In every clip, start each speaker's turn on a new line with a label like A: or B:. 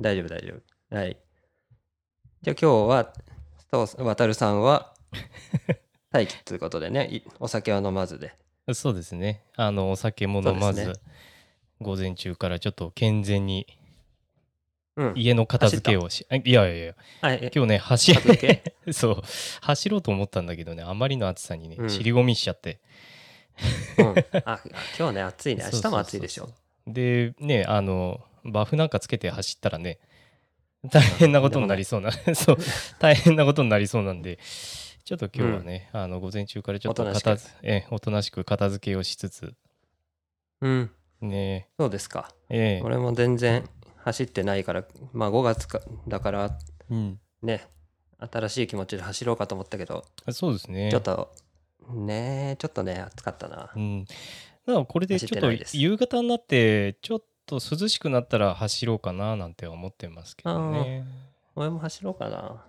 A: 大丈夫、大丈夫。はい。じゃあ今日は、そう、渡さん は、待機ということでね、いお酒は飲まずで。
B: そうですね。あの、お酒も飲まず、
A: そうで
B: 午前中からちょっと健全に
A: うん。
B: 家の片付けをし、あいやいやいや、
A: はい。
B: 今日ね、走
A: 片付
B: そう、走ろうと思ったんだけどね、あまりの暑さにね
A: う、ん
B: 尻込みしちゃって。
A: うん、あ、今日ね、暑いね。明日も暑いでしょ
B: そう。そうそうでねあのバフなんかつけて走ったらね大変なことになりそうな そう大変なことになりそうなんでちょっと今日はね、あの午前中からちょっと
A: おとなしく
B: 片づえおとなしく片付けをしつつ
A: うん。
B: ね
A: そうですか。
B: ええ
A: 俺も全然走ってないから、まあ5月かだから
B: うん、
A: ね、新しい気持ちで走ろうかと思ったけど、
B: そうですね
A: ちょっと、ねえちょっとね、暑かったな
B: う。ん、だからこれでち
A: 走
B: ょっ
A: って
B: と
A: ないです
B: 夕方になってちょっと涼しくなったら走ろうかななんて思ってますけどね
A: 俺も走ろうか な。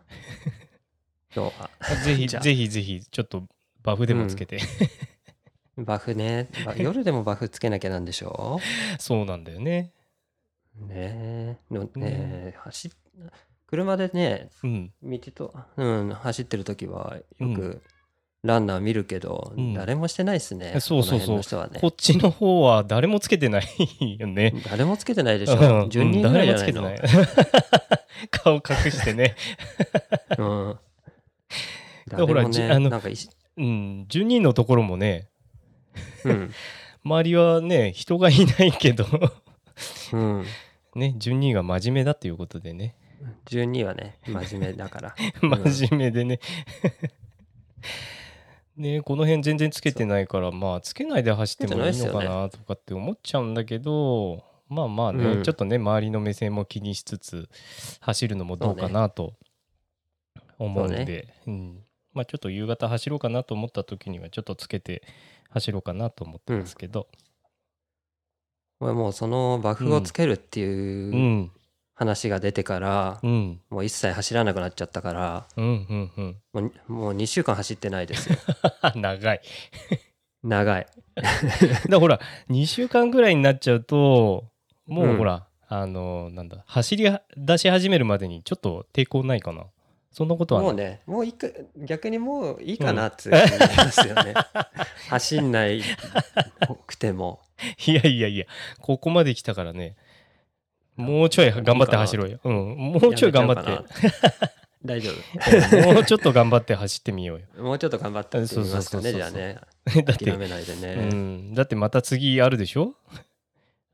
A: 今日は。
B: ぜ ひ
A: じゃあ
B: ぜひぜひちょっとバフでもつけて、
A: バフね。 ば夜でもバフつけなきゃなんでしょ
B: そうなんだよね
A: うねえ。でもね
B: ね
A: 走っ車でね、
B: うん
A: 道と、うん、走ってる時はよ
B: う
A: くランナー見るけど、
B: うん
A: 誰もしてないっすね。
B: そうそうそ
A: この
B: う
A: 辺の人はね
B: こっちの方は誰もつけてないよね。
A: 誰もつけてないでしょ。
B: うん
A: 10人ぐらいじゃな
B: 誰
A: い
B: も
A: の。
B: つけてない。 顔隠してね。
A: うん。
B: ら ほら
A: 誰も
B: じ
A: ね、
B: あの
A: なんかいし、
B: うん、10人のところもね、
A: うん。
B: 周りはね、人がいないけど、
A: うん。
B: ね、12が真面目だということでね、
A: 12はね、真面目だ から。ん
B: 真面目でね。 ね、この辺全然つけてないから、まあ、つけないで走ってもいいのかなとかって思っちゃうんだけど、まあまあね、
A: うん
B: ちょっとね、周りの目線も気にしつつ、走るのもどうかなと思うんで、
A: そうう
B: うん、まあちょっと夕方走ろうかなと思った時には、ちょっとつけて走ろうかなと思ってますけど、
A: 俺もうそのバフをつけるって
B: う、
A: いうん話が出てから、
B: うん、
A: もう一切走らなくなっちゃったから、
B: うん、うん、うん。
A: もうもう2週間走ってないです よ。
B: 長い。
A: 長い。
B: だからほら2週間ぐらいになっちゃうとも
A: う
B: うんほら、あのなんだ走り出し始めるまでにちょっと抵抗ないかなそんなことはな
A: も
B: いう
A: ね、もういいか逆にもういいかなって感じですよ ね。走んないくても。
B: いやいやいやここまで来たからねもうちょい頑張って走ろうよ、うん、もうちょい頑張
A: やめ
B: っ
A: ちゃおうかな。大丈
B: てもうちょっと頑張って走ってみようよ
A: 夫。もうちょっと頑張ってみますかね、
B: そうそうそうそう
A: じゃあね。
B: だって、
A: 諦めないでね。
B: うん、だってまた次あるでしょ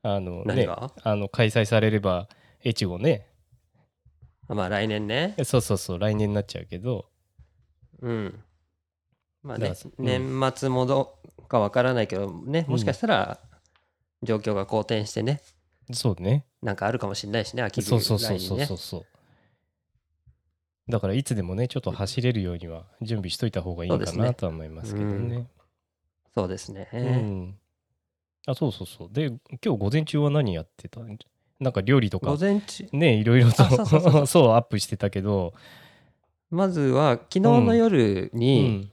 B: あの
A: 何
B: ね
A: が、
B: あの開催されれば越後ね
A: まあ来年ね。
B: そうそうそう来年になっちゃうけど
A: うん。まあ
B: だ
A: ね
B: か、ら
A: 年末もどうかわからないけどね、もしかしたら状況が好転してね、
B: そうね
A: なんかあるかもしれないしね、秋ぐ
B: そ
A: ら
B: う
A: い
B: そうそう
A: に
B: そう
A: ね
B: そう。そう、だからいつでもねちょっと走れるようには準備しといた方がいい
A: そう
B: か
A: です
B: な
A: ね
B: とは思いますけどね
A: そうです
B: う
A: ね。
B: んあそうそうそうで今日午前中は何やってたなんか料理とか
A: 午前中、
B: ねいろいろと
A: あそうそうそうそう
B: そうアップしてたけど
A: まずは昨日の夜
B: う
A: に、
B: ん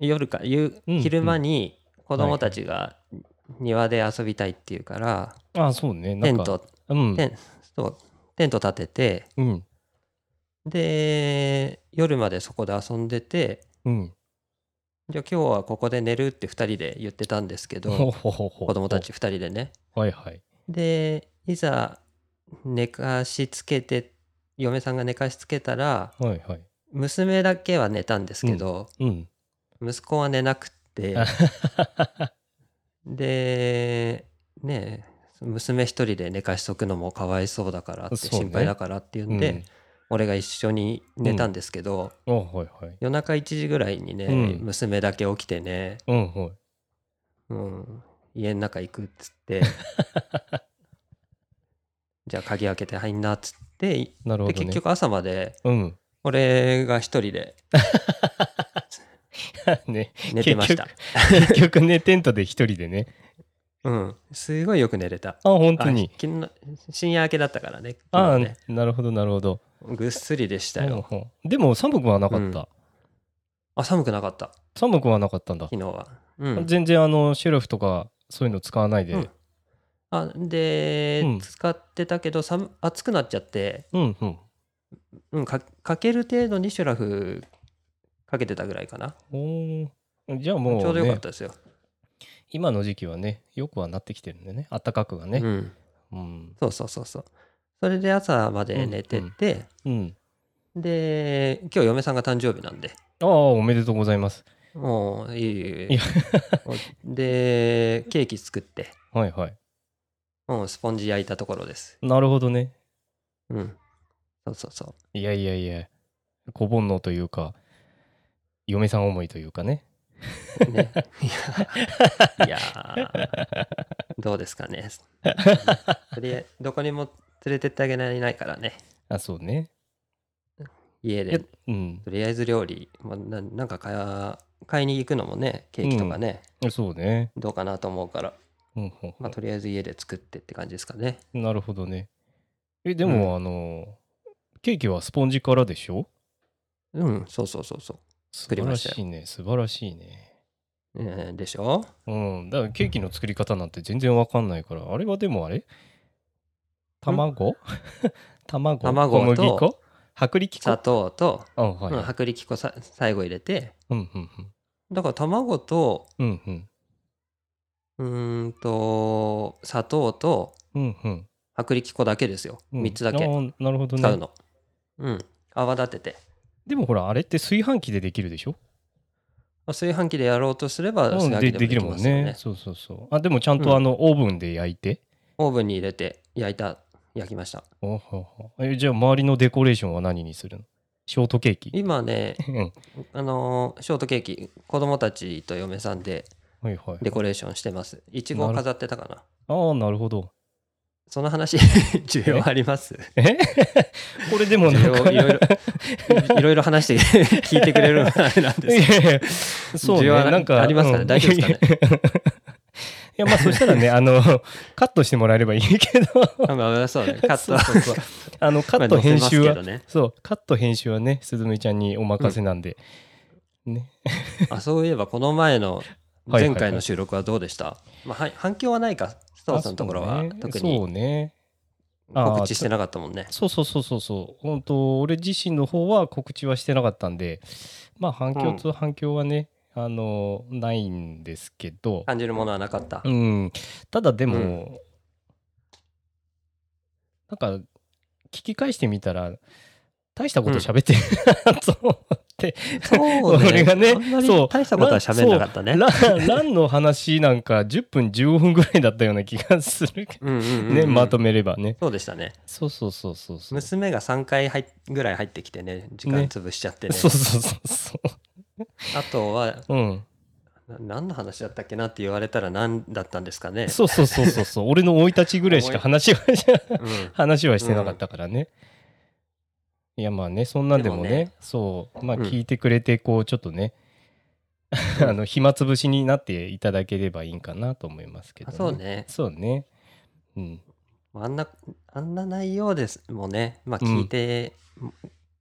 A: 夜か夕
B: うん
A: 昼間に子供たちが庭で遊びたいっていうから、
B: あそうねな
A: テ
B: ん
A: ン
B: か
A: ト、
B: うん
A: テンそうテント立てて、
B: うん
A: で、夜までそこで遊んでて、
B: うん
A: じゃあ今日はここで寝るって2人で言ってたんですけど、
B: ほほほほ
A: 子供たち2人でね。
B: はいはい
A: でいざ寝かしつけて嫁さんが寝かしつけたら
B: はいはい
A: 娘だけは寝たんですけど、
B: うん
A: 息子は寝なくっ て
B: あ
A: でねえ娘一人で寝かしとくのもかわいそうだからって
B: そうね
A: 心配だからって言うんで、
B: うん
A: 俺が一緒に寝たんですけど、
B: あはいはい
A: 夜中1時ぐらいにね、
B: うん
A: 娘だけ起きてね、
B: うんはい
A: うん、家の中行くっつって じゃあ鍵開けて入んなっつって
B: なるほ
A: で
B: ど
A: 結
B: ね
A: 局朝まで
B: うん
A: 俺が一人で
B: ね
A: 寝てました。
B: 結局ねテントで一人でね
A: うん、すごいよく寝れた。
B: あ本当に
A: あ昨日深夜明けだったからね。
B: ああ、
A: 昨日ね
B: なるほどなるほど。
A: ぐっすりでしたよ。
B: うんうんでも寒くはなかった。
A: うあ寒くなかった
B: 寒くはなかったんだ。
A: 昨日は。うん、
B: 全然あのシェルフとかそういうの使わないで。
A: うんあで、
B: うん
A: 使ってたけど寒暑くなっちゃって、
B: うんうん。
A: うん、かかける程度にシュラフかけてたぐらいかな、
B: おーじゃあもう、ね、
A: ちょうどよかったですよ、
B: 今の時期はね、よくはなってきてるんでね、あったかくはね
A: う。ん、
B: うん。
A: そうそうそうそうそれで朝まで寝てて、
B: うん。
A: で今日嫁さんが誕生日なんで
B: ああ、おめでとうございます。
A: もういいいい
B: い
A: い
B: や
A: い でケーキ作って
B: はいはい。
A: うん、スポンジ焼いたところです。
B: なるほどね。
A: うん。そうそうそ
B: いやいやいや、小煩悩というか、嫁さん思いというかね。
A: う。ね、いや、いやーどうですか ね。とりあえず、どこにも連れてってあげられないからね。
B: あ、そうね。
A: 家
B: いや
A: で、
B: うん。
A: とりあえず料理、まあ、ななんか買い買いに行くのもね、ケーキとかね、
B: そうね。
A: どうかなと思うから、
B: うんうん
A: まあ、とりあえず家で作ってって感じですかね。
B: うんなるほどね。え、でも、あの、ケーキはスポンジからでしょ
A: うん、そうそうそうそ
B: 素
A: り
B: 晴
A: ま
B: ら
A: したよ
B: しいね。素晴らしいね。
A: う。えーでしょ
B: うん。だからケーキの作り方なんて全然わかんないから、あれはでもあれ卵 卵
A: 卵と
B: 小麦粉薄力
A: 砂
B: 粉
A: 糖と、
B: あ、はい。
A: う、
B: うんん
A: 薄力粉さ最後入れて、
B: うんうん。
A: だから卵と、
B: うんうん。
A: うーんと砂糖と
B: うんうん。
A: 薄力粉だけですよ、
B: うん
A: 3つだけ
B: あーなるほど
A: 使う
B: ね。
A: の、うん泡立てて
B: でもほら、あれって炊飯器でできるでしょ
A: 炊飯器でやろうとすれば
B: う
A: 炊
B: ん
A: 飯
B: で
A: 器
B: でき
A: で
B: る
A: も
B: も
A: できま
B: ん
A: すよね,、
B: ね。そうそうそう。あ、でもちゃん
A: うん
B: とあの、オーブンで焼いて。
A: オーブンに入れて焼いた焼きました
B: おははえじゃあ、周りのデコレーションは何にするのショートケーキ。
A: 今ね
B: うん
A: あのーショートケーキ子供たちと嫁さんで
B: はいはい。
A: デコレーションしてますいちごを飾ってたかな
B: ああ、なるほど。
A: その 話需要あります
B: えこれでも
A: 需
B: なん
A: 要
B: か
A: いろいろいろいろ話して 聞いてくれるのはあれなんですけど
B: いやいやそう
A: 需
B: ね、
A: 要はな
B: なんか
A: ありますかね
B: うん
A: 大丈夫ですか
B: いやいや いやまあそしたらねあのカットしてもらえればいい けど
A: あまあそうねカットは
B: そうそうそうあのカット編集
A: まあ
B: は、
A: 載せますけどね
B: そうカット編集はねすずめちゃんにお任せなんで、ね
A: あそういえばこの前の
B: はいはい
A: 前回の収録はどうでした、まあ、はい反響はないか須藤さんのところは
B: あそうね
A: 特
B: そ
A: に
B: うねあー
A: 告知してなかったもんね
B: そうそうそうそうそう本当俺自身の方は告知はしてなかったんでまあ反響と反響はね、あのないんですけど、
A: 感じるものはなかった、
B: うん、ただでも、
A: う
B: なんか聞き返してみたら大したこと喋ってる なと思って、
A: そうね
B: 俺がね
A: あんまり
B: そう
A: 大したことは喋んなかったね
B: ランランの話なんか10分15分ぐらいだったような気がするけ
A: うんうんうん
B: ど、
A: うん
B: ねまとめればね
A: そうでしたね
B: そうそうそうそうそう、
A: 娘が3回入っぐらい入ってきてね時間潰しちゃってね
B: そうそうそうそ
A: あとは
B: ううん
A: な何の話だったっけなって言われたら何だったんですかね
B: そうそうそうそうそう俺の生い立ちぐらいしか話は
A: うん
B: 話はしてなかったからね、いやまあねそんなんでもね
A: でもね
B: そうまあ
A: うん
B: 聞いてくれてこうちょっとね、 あの暇つぶしになっていただければいいんかなと思いますけど、
A: あそうね
B: そうねうん
A: あんなあんな内容ですもんねまあ聞いて、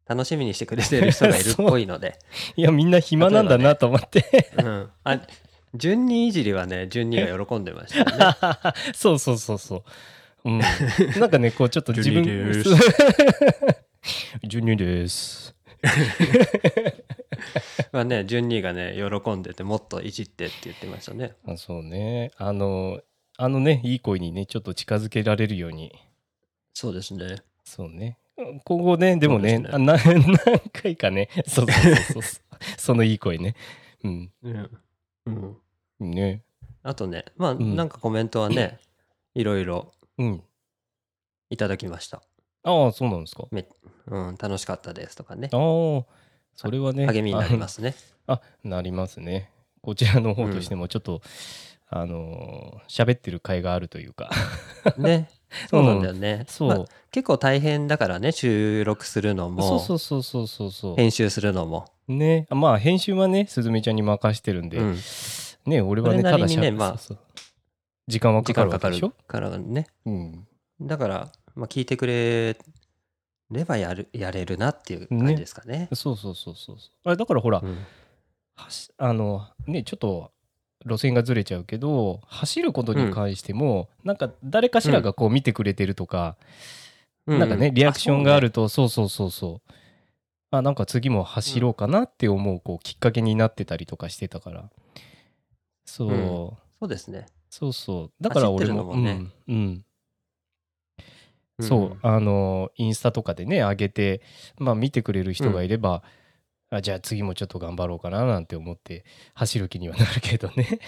A: 楽しみにしてくれてる人がい るっぽいので
B: いやみんな暇なんだなと思って、
A: うんあ順人いじりはね順人が喜んでま したね
B: そうそうそうそう、うん、なんかねこうちょっと自分
A: ジュニーで
B: ジュニーです
A: まあね順人がね喜んでてもっといじってって言ってましたね
B: あそうねあのあのねいい声にねちょっと近づけられるように
A: そうですね
B: そうね。今後ね、でも
A: そ
B: ね、
A: うですね
B: あな 何回かね、そうそうそうそう、 そのいい声ね。うん。
A: うん、うん、
B: ね。
A: あとねまあ、
B: ん
A: なんかコメントはねいろいろ
B: うん。
A: いただきました、
B: ああ、そうなんですか。
A: うん、楽しかったですとかね
B: ああ、それはね。
A: 励みになりますね
B: あ。あ、なりますね。こちらの方としても、ちょっと、あのー喋ってる甲斐があるというか。
A: ねそうなんだよね、
B: そう、
A: まあ結構大変だからね収録するのも
B: そうそうそうそうそうそ
A: 編集するのも、
B: う。ね。あまあ、編集はね、すずめちゃんに任してるんで、
A: うん
B: ね、俺はね、
A: それな
B: た
A: り
B: だ
A: にね
B: 喋って、
A: まあ
B: そうそう時間は
A: 時
B: かか
A: 間
B: る
A: か
B: わけ
A: か
B: で
A: る
B: しょ。
A: からね
B: うん。
A: だから、まあ、聞いてくれればやるやれるなっていう感じですかね。
B: そうそうそうそうそう。あれ、だからほら、
A: うん
B: はしあのねちょっと路線がずれちゃうけど走ることに関しても、なんか誰かしらがこう見てくれてるとか、
A: う
B: なんかねリアクションがあるとそう,、そうそうそうあなんか次も走ろうかなって思うこうきっかけになってたりとかしてたからそう、
A: うんそうですね
B: そうそうだから俺も
A: 走ってるのもね
B: うん、うんそう、あのインスタとかでね上げて、まあ、見てくれる人がいれば、あじゃあ次もちょっと頑張ろうかななんて思って走る気にはなるけどね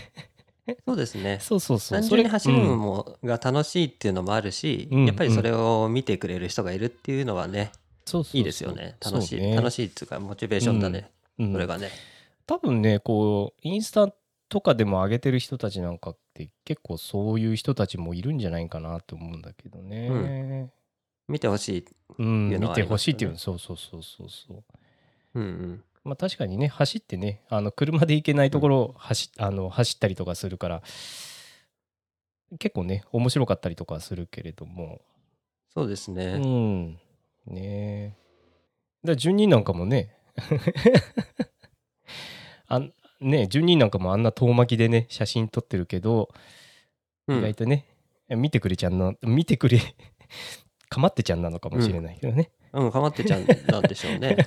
A: そうですね
B: そうそうそう
A: 単
B: そ
A: 純
B: れ
A: に走るの
B: うん
A: もが楽しいっていうのもあるし、
B: うん
A: やっぱりそれを見てくれる人がいるっていうのはね、
B: そうそうそう
A: いいですよね楽しい、
B: そうね
A: 楽しいっていうかモチベーションだね、
B: うん
A: それがね
B: 多分ねこうインスタとかでも上げてる人たちなんかって結構そういう人たちもいるんじゃないかなと思うんだけどね、
A: 見てほしい、
B: うん
A: いうの
B: 見
A: はありますよね
B: てほしいっていうのそうそうそうそうそう
A: うんうん、
B: まあ確かにね走ってねあの車で行けないところを走,、あの走ったりとかするから結構ね面白かったりとかはするけれども
A: そうです
B: う
A: ね、
B: んねえだ順人なんかもね あんね順人なんかもあんな遠巻きでね写真撮ってるけど、
A: うん
B: 意外とね見てくれちゃんの見てくれ かまってちゃんなのかもしれないけどね、
A: うん、かまってち ゃんなんでしょうね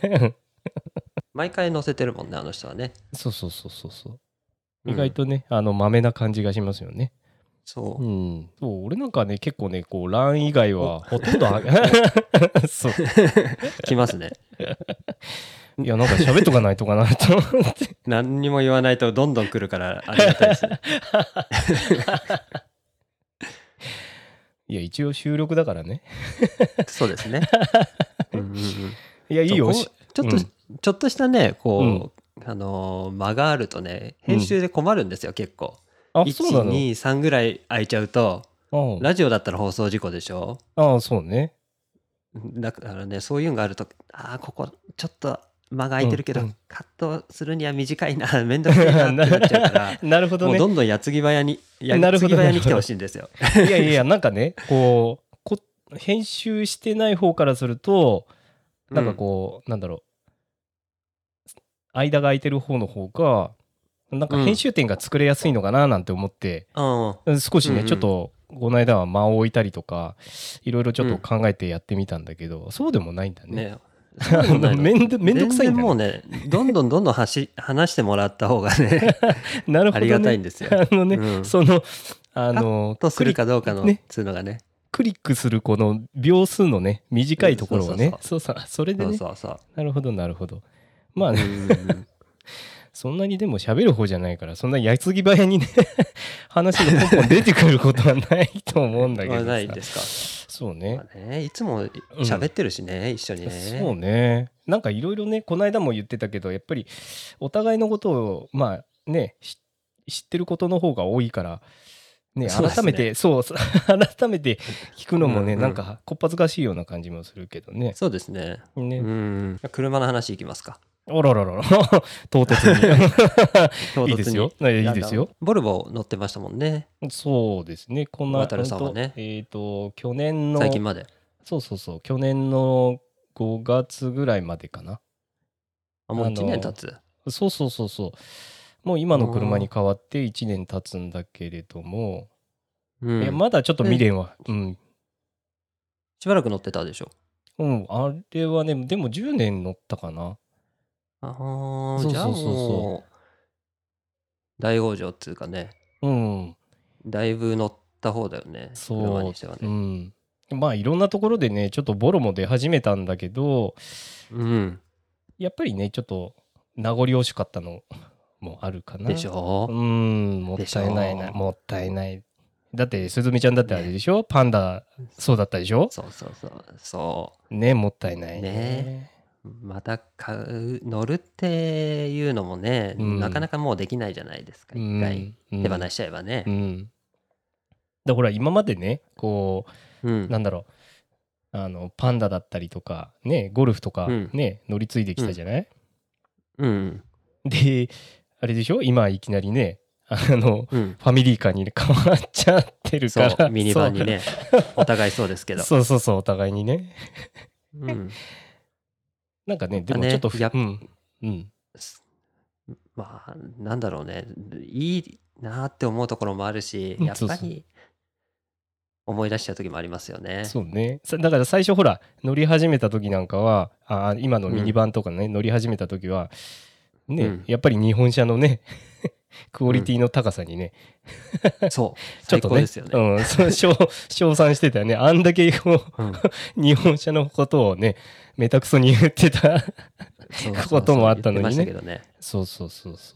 A: 毎回載せてるもんねあの人はね、
B: そうそうそうそうそう
A: うん
B: 意外とね、あのまめな感じがしますよね
A: そうう、
B: ん、そう俺なんかね結構ねこうラン以外はほとん どあそう
A: 来ますね
B: いやなんか喋っとかないとかなと思って
A: 何にも言わないとどんどん来るからありがたい ですね
B: いや一応収録だからね
A: そうですね、うんうんうん
B: い やいいよ
A: そうこうちょっと、
B: うん
A: ちょっとしたねこう、あのー間があるとね編集で困るんですよ、結構
B: あそうなの
A: 123ぐらい空いちゃうと
B: うん
A: ラジオだったら放送事故でしょ
B: ああ、そうね。
A: だからねそういうのがあるとああここちょっと間が空いてるけど、
B: うんうん
A: カットするには短いな めんどくさいなってなっちゃうから
B: なるほど
A: もう
B: ね。
A: どんどん矢継ぎ早に矢
B: なる
A: 継
B: ほ
A: ぎ
B: ど
A: 早に来てほしいんですよ。
B: いやいや、なんかね、こうこ、編集してない方からすると、 なんかこう、なんだろう、間が空いてる方の方が、なんか
A: うん
B: 編集点が作れやすいのかななんて思って、
A: うん、うん
B: 少し
A: うんう
B: ね、
A: ん
B: ちょっと、この間は間を置いたりとか、いろいろちょっと考えてやってみたんだけど、そうでもないんだ ね。
A: ねそうでもないの
B: めんどめんどくさいん
A: 全然
B: だね
A: もうねどんどんどんどんはし話 してもらった方がね
B: なるほ
A: あ
B: ど、ね。
A: りがたいんですよ。
B: あのね、
A: うん
B: その、あの、
A: とするかどうかの
B: ね
A: つうのがね
B: クリックするこの秒数のね短いところをね、
A: うん
B: そうそうそれで
A: そう
B: ね
A: そうそう。
B: なるほどなるほどまあ、
A: う
B: ね、
A: んうんうん
B: そんなにでも喋る方じゃないからそんな矢継ぎ早にね 話がポンポン出てくることはないと思うんだけど
A: まあ
B: さ
A: ないです
B: そう
A: か、
B: ね
A: まあね。いつも喋ってるしね、一緒にね。
B: そうねなんかいろいろねこの間も言ってたけどやっぱりお互いのことをまあねし知ってることの方が多いから、ね、
A: そうですね
B: 改めてそう, そう、改めて聞くのもね、
A: うんうん
B: なんかこっぱずかしいような感じもするけどね。
A: そうですね。
B: ね
A: うん。車の話いきますか。
B: あらららら、 唐突に。
A: 唐突に
B: いいですよ。いやいいですよ。。
A: ボルボ乗ってましたもんね。
B: そうですね。こんな、
A: 渡さんはね
B: えっ、と、去年の、
A: 最近まで。
B: そうそうそう、去年の5月ぐらいまでかな。
A: あもう
B: あの
A: 1年経つ。
B: そうそうそうそう。もう今の車に変わって1年経つんだけれども、
A: うん
B: えまだちょっと未練は、うん、
A: しばらく乗ってたでしょ。
B: うん、あれはね、でも10年乗ったかな。
A: ああ、
B: そうそうそうそう
A: じゃあもう、大往生っていうかね、
B: うん、
A: だいぶ乗った方だよね。
B: そう
A: 車にしては
B: う
A: ね。
B: ん。まあいろんなところでね、ちょっとボロも出始めたんだけど、
A: うん。
B: やっぱりね、ちょっと名残惜しかったのもあるかな。
A: でし
B: うー
A: ょ
B: ん、もったいな
A: で
B: いな、
A: しょ
B: もったいない。だって、すずみちゃんだってあれでしょ、パンダ、そうだったでしょ
A: そうそうそう。そう。
B: ね、もったいないね。
A: ねまた買う乗るっていうのもね、
B: うん
A: なかなかもうできないじゃないですか
B: う
A: 一回
B: ん、うん
A: 手放しちゃえばね
B: う、ん。だほら、今までね、こ
A: うん
B: う、なんだろう、あの、パンダだったりとか、ね、ゴルフとか、
A: うん
B: ね、乗り継いできたじゃない、
A: うん
B: で、あれでしょ今いきなりね、あの、
A: うん
B: ファミリーカーに変わっちゃってる
A: そ
B: から。
A: うミニバンにねお互いそうですけど、
B: そうそうそう、お互いにね。
A: うん、
B: なんかね、で
A: あ
B: も
A: ね
B: ちょっとふ、
A: やっ
B: うん。うん。
A: まあなんだろうねいいなーって思うところもあるし、
B: うん
A: やっ
B: そう
A: ぱ
B: そう
A: り思い出しちゃう時もありますよね。
B: そうねさだから最初ほら乗り始めた時なんかはあ今のミニバンとかね、乗り始めた時はね、
A: うん
B: やっぱり日本車 のねクオリティの高さにね、
A: そう。
B: ちょ
A: 最
B: っと
A: 高
B: ね
A: ですよね。
B: うん、そう称称賛してたよねあんだけこ
A: うん
B: う日本車のことをねめたくそに言ってた
A: そうそうそう
B: こともあったのにね
A: 言てましたけどね。
B: そうそうそうそ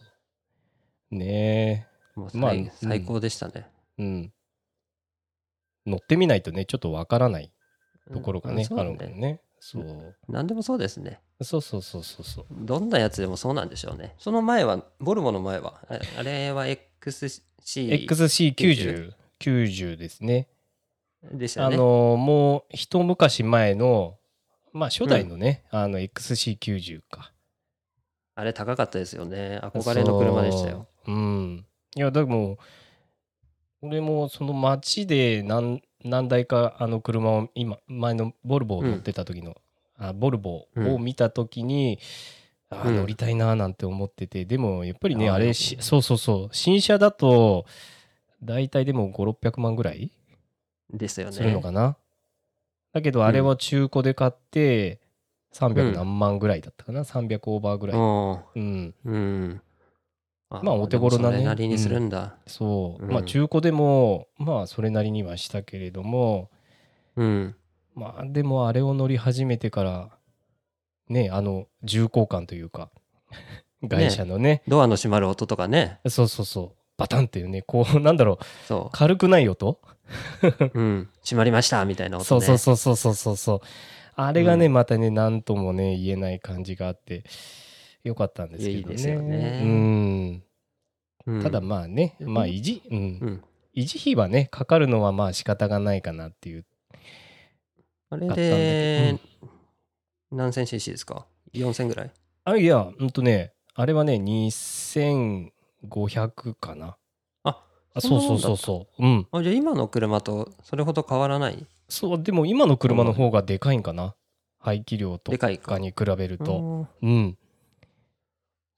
B: うね
A: もう
B: まあ
A: 最
B: うん
A: 最高でしたね。
B: えうん乗ってみないとねちょっとわからないところがね、
A: うん
B: あるんだよ。ねそう
A: 何でもそうですね。
B: そうそうそうそうそう
A: どんなやつでもそうなんでしょうね。その前は、ボルボの前は、ああれは XC
B: XC90 90ですね。
A: でした
B: あ
A: よね。
B: のもう一昔前のまあ初代のね、あの XC90 か。
A: あれ高かったですよね。憧れの車でしたよ。
B: そう。うん。いやでも俺もその街で何何台かあの車を今前のボルボを乗ってた時の、あボルボを見た時に、あ
A: うん
B: 乗りたいなーなんて思ってて、でもやっぱりね
A: あー
B: あれしそうそうそう新車だと大体でも5600万ぐらい
A: ですよ
B: するの
A: ね。
B: かな。だけどあれは中古で買って300何万ぐらいだったかな、300オーバーぐらい。う
A: う
B: ん、
A: ん。うん。
B: まあお手頃な
A: でも
B: ね
A: それなりにするんだ。
B: そう、
A: うん
B: まあ中古でもまあそれなりにはしたけれども
A: うん。
B: まあでもあれを乗り始めてからねあの重厚感というか外車のね
A: ドアの閉まる音とかね。
B: そうそうそうバタンっていうねこう なんだろう
A: そ
B: 軽くない音
A: う。うん。閉まりましたみたいな音ね。
B: そうそうそうそうそうそうそうあれがね、
A: う
B: またね何ともね言えない感じがあってよかったんですけ
A: い
B: どね
A: いですよね
B: うん
A: う。ん
B: ただ、まあね、
A: うん
B: まあ維持、うん
A: うん。
B: 維持費はねかかるのはまあ仕方がないかなっていう
A: あれ
B: 買ったんだけ
A: で
B: ど、
A: 何千 cc ですか ?4000 ぐらい。
B: あいやうんとねあれはね2500かな
A: あ
B: あ
A: そん
B: そう
A: なもんだった
B: そうそうそううん
A: あじゃあ今の車とそれほど変わらない
B: そうでも今の車の方がでかいんかな排気量と
A: でかいか
B: かに比べると
A: うん
B: うん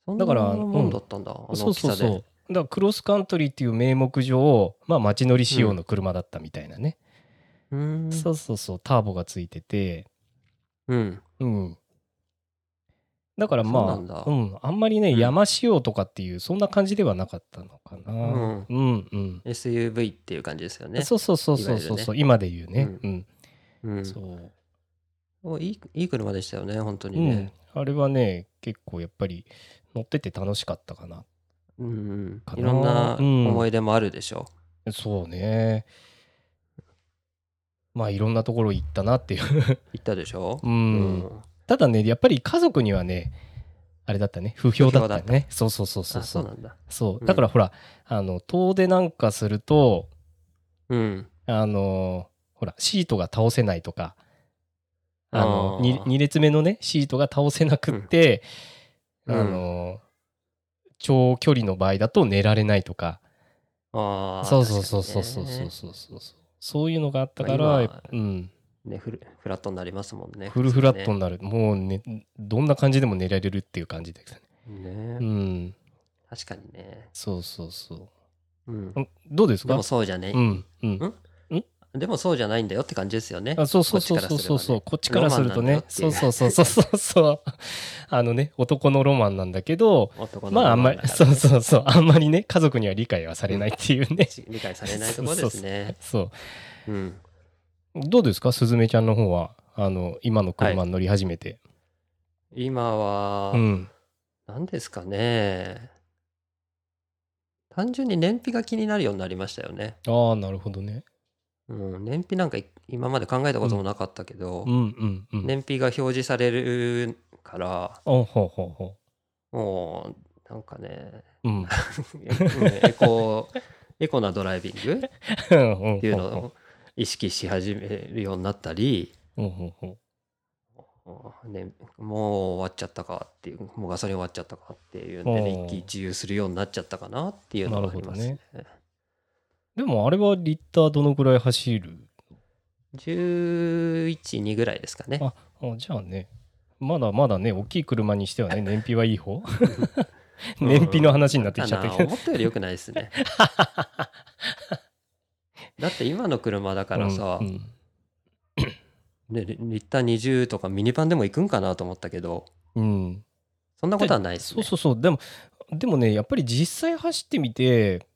A: そん
B: だから
A: なもんだったんだ。あの
B: そう
A: 大き
B: そう
A: さ
B: そう。
A: で。
B: だからクロスカントリーっていう名目上、まあ、街乗り仕様の車だったみたいなね、
A: うん
B: そうそうそうターボがついてて
A: うん。
B: うんだからまあ
A: そうなんだ
B: んあんまりね、
A: うん
B: 山仕様とかっていうそんな感じではなかったのかな、
A: うん
B: うんうん
A: SUV っていう感じですよね。
B: そうそうそうそうそうそう、今で言うね
A: う
B: うん、
A: うん
B: そう
A: おいいいい車でしたよね、本当に
B: うん
A: ね。、
B: あれはね結構やっぱり乗ってて楽しかったかな
A: うん
B: か
A: うん
B: ない
A: ろんな
B: うん
A: 思い出もあるでしょ
B: そうねまあいろんなところ行ったなっていう
A: う。行ったでしょ
B: う、
A: うん
B: ただねやっぱり家族にはねあれだったね不評だったよねそうそうそうそ
A: あ
B: う
A: そ
B: そ
A: う
B: う
A: なんだ。
B: そううんだからほら、あの遠出なんかすると
A: うん。
B: あのほらシートが倒せないとかあの
A: あー
B: 2, 列目のねシートが倒せなくって、
A: うん
B: あの長距離の場合だと寝られないとか、
A: ああ。
B: そうそうそうそうそう
A: 確かに
B: そう
A: ね
B: そうそうそういうのがあったから、
A: まあ今
B: うん
A: ねフルフラットになりますもんね。
B: フルフラット
A: ね
B: になる、もうねどんな感じでも寝られるっていう感じですねう
A: ね
B: ん
A: 確かにね。
B: そうそうそ
A: うん
B: う。んどうです
A: で
B: か
A: もそうじゃね
B: う。んうん。
A: でもそうじゃないんだよって感じですよね。
B: あそうそうそうそうそうそう。こっちからするとね、そうそうそうそうそうそう。 あのね、男のロマンなんだけど、
A: 男の
B: まああ んまり、そうそうそう、あんまりね、家族には理解はされないってい うね。
A: 理解されないところですね。
B: そう。
A: うん。
B: どうですか、すずめちゃんの方は、あの、今の車に乗り始めて。
A: 今は
B: う、ん。
A: 何ですかね。単純に燃費が気になるようになりましたよね。
B: ああ、なるほどね。
A: うん、燃費なんかい今まで考えたこともなかったけど
B: う、んうんうん。
A: 燃費が表示されるから、
B: あほうほうほ
A: もう、なんかね、
B: う。うん。
A: うんエコ、エコなドライビング
B: っ
A: っていうのを意識し始めるようになったり、
B: うんうんうん。
A: ね、もう終わっちゃったかっていうもうガソリン終わっちゃったかっていうんでね、
B: おー
A: 一喜一憂するようになっちゃったかなっていうのがありますね
B: でもあれはリッターどのぐらい走る
A: 112ぐらいですかね
B: ああじゃあねまだまだね大きい車にしてはね燃費はいい方燃費の話になって
A: だ
B: きちゃっ
A: な
B: たけど、
A: 思ったより良くないですね だって今の車だからさ、
B: うんうん
A: ねリリッター20とかミニパンでも行くんかなと思ったけど
B: うん、
A: そんなことはないです
B: そう
A: ね
B: そうそうでもでもねやっぱり実際走ってみて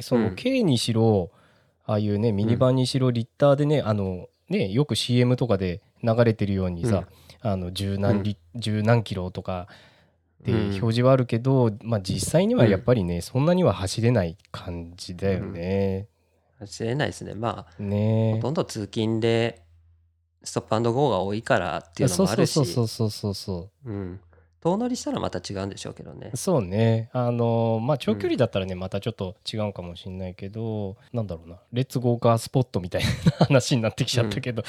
B: そうの
A: ん
B: K にしろ、ああいうねミニバンにしろリッターでねあのねよく CM とかで流れてるようにさ、あの十何リ、十何キロとかって
A: うん
B: 表示はあるけど、まあ実際にはやっぱりね、そんなには走れない感じだよね。
A: 走れないですねまあほ
B: ね
A: とんど通勤でストップゴーが多いからっていうの
B: そう
A: もあ
B: そ
A: る
B: う
A: し
B: そうそうそうそうそう
A: うん遠乗りしたらまた違うんでしょうけどね
B: そうねあのまあ長距離だったらね、またちょっと違うかもしんないけどなんだろうなレッツゴーカースポットみたいな話になってきちゃったけど、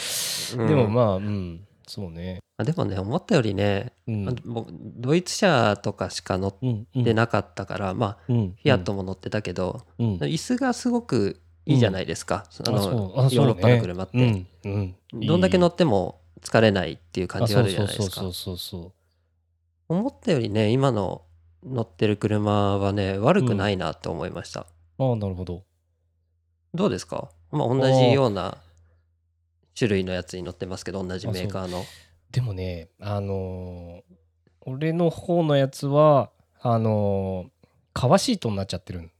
A: うん
B: でもまあうんそうね
A: あでもね思ったよりね、
B: うん
A: あもうドイツ車とかしか乗っ
B: うんうん
A: てなかったから、まあ
B: うん
A: フィアットも乗ってたけど、
B: うん
A: 椅子がすごくいいじゃないですか、あ
B: あそう
A: の
B: あそうね
A: ヨーロッパの車って、
B: うんうん
A: どんだけ乗
B: っ
A: っても疲れないっていう感じがあるじゃないですか
B: そうそうそう
A: 思ったよりね今の乗ってる車はね悪くないなと思いました、
B: そうああなるほど
A: どうですか、まあ、同じような種類のやつに乗ってますけど同じメーカーの
B: でもねあのー俺の方のやつはあのー革シートになっちゃってるん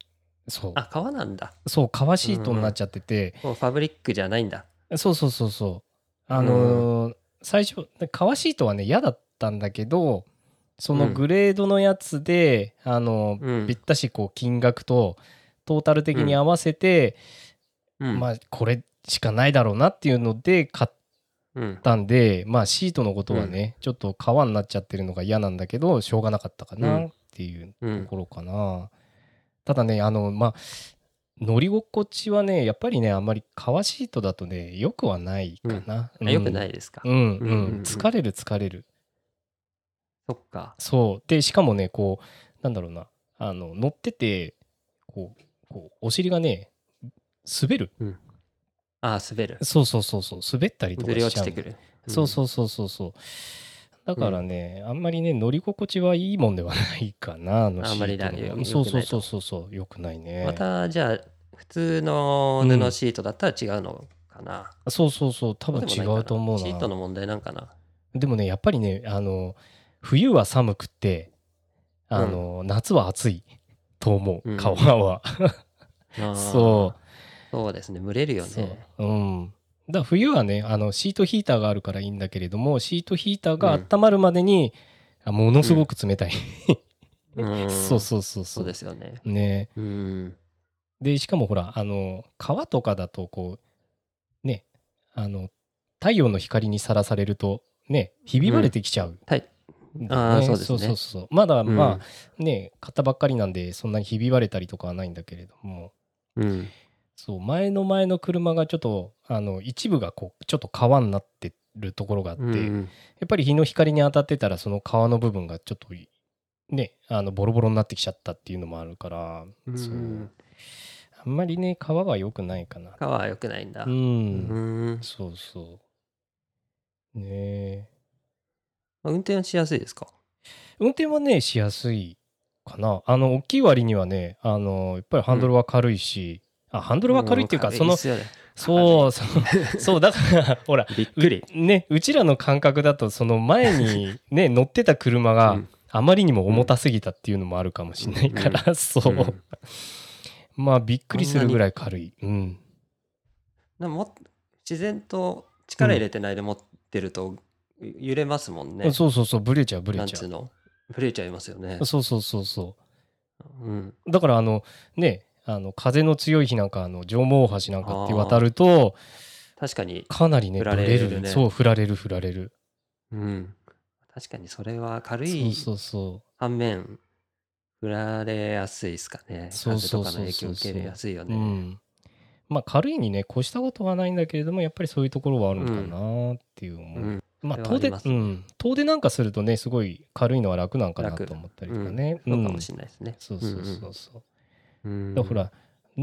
B: そう
A: あ革なんだ
B: そう革シートになっちゃってて、
A: もうファブリックじゃないんだ
B: そうそうそうそう。あのー最初、革シートはね、嫌だったんだけど、そのグレードのやつで、あのー
A: うん
B: べったしこう金額とトータル的に合わせて、
A: うん、
B: まあこれしかないだろうなっていうので買っ
A: うん、
B: たんで、まあシートのことはね、ちょっと革になっちゃってるのが嫌なんだけど、しょうがなかったか
A: う
B: なんっていう
A: う
B: と
A: ん
B: ころかな。ただね、あの、まあ、乗り心地はね、やっぱりね、あんまり革シートだとね、よくはないかな。。
A: あよくないいですか、
B: うん
A: う
B: うん
A: うんうん
B: ん、疲れる疲れる。
A: そっか
B: そう。で、しかもね、こう、なんだろうな、あの、乗ってて、こう、こうお尻がね、滑る。
A: あ滑る
B: そうそうそうそう、滑ったりとか
A: ずり
B: し
A: 落
B: ちゃ
A: ち
B: う
A: て
B: の。
A: くる、
B: そうそうそうそうそう。だからね、あんまりね、乗り心地はいいもんではないかな、あの
A: あんまりだ
B: シート
A: よ
B: のそうそう
A: よくないと
B: そうそうそう、よくないね。
A: またじゃあ普通の布シートだったら違うのかな、
B: そうそうそう、多分違うと思う
A: シー
B: な。
A: トの問題なんかな
B: でもね、やっぱりね、あの、冬は寒くって、あの、夏は暑いと思
A: うん
B: う、川は。そ
A: うんそうですね蒸れる
B: う。
A: よ
B: そう
A: ね。
B: うん。だから冬はね、あの、シートヒーターがあるからいいんだけれども、シートヒーターが温まるまでに、あものすごく冷たい。
A: うん
B: そうそうそ
A: そ
B: うそう
A: で
B: う。
A: すよね
B: ね。
A: うん
B: で、しかもほら、あの、川とかだと、こう、ね、あの、太陽の光にさらされると、ね、ひび割れてきちゃう。
A: はい
B: だよ
A: あーそうですね
B: そうそうそうまだ
A: うん
B: まあね、買ったばっかりなんでそんなにひび割れたりとかはないんだけれども
A: うん
B: そう前の前の車がちょっとあの一部がこうちょっと川になってるところがあって、
A: う
B: や
A: ん
B: っぱり日の光に当たってたらその川の部分がちょっといねあのボロボロになってきちゃったっていうのもあるから、
A: うん
B: そうあんまりね川は良くないかな
A: 皮は良くないんだ
B: うん、
A: うん
B: そうそうねえ
A: 運転はしやすいですか
B: 運転はねしやすいかなあの大きい割にはねあのやっぱりハンドルは軽いし、あハンドルは軽いっていうか、
A: ん
B: そ
A: 軽い
B: の
A: っすよね
B: そうそうそうだから ほら
A: びっくり
B: ねうちらの感覚だとその前にね乗ってた車
A: う
B: が
A: ん
B: あまりにも重たすぎたっていうのもあるかもしれないから、そう、
A: うん
B: まあびっくりするぐらい軽いうん
A: でももっ自然と力入れてないで持ってると揺れますもんね
B: そうそうそうブレちゃうブレ
A: なん
B: ちゃ
A: つう
B: う
A: のブレちゃいますよね
B: そうそうそうそう
A: うん
B: だからあのねあの風の強い日なんかあの上毛大橋なんかって渡ると
A: 確かに
B: かなりね
A: 振
B: ブ
A: られ
B: レ
A: るね
B: るそう振られる振られる
A: うん確かにそれは軽
B: そう
A: い
B: そうそ
A: 反面振られやすいですかね
B: そう
A: 風
B: そ
A: と
B: う
A: か
B: そう
A: の
B: そう
A: 影響受けやすいよ
B: う、う
A: ね
B: ん、まあ軽いにね越したことはないんだけれどもやっぱりそういうところはあるのかなっていう思う、
A: うん
B: まあ
A: それはあ
B: 遠
A: り
B: 出、
A: ます
B: う
A: ね
B: ん遠出なんかするとねすごい軽いのは楽なんかな
A: 楽
B: と思ったりとかね、
A: そううんかもしれないですね
B: そうそうそうそう、
A: うん
B: だからほら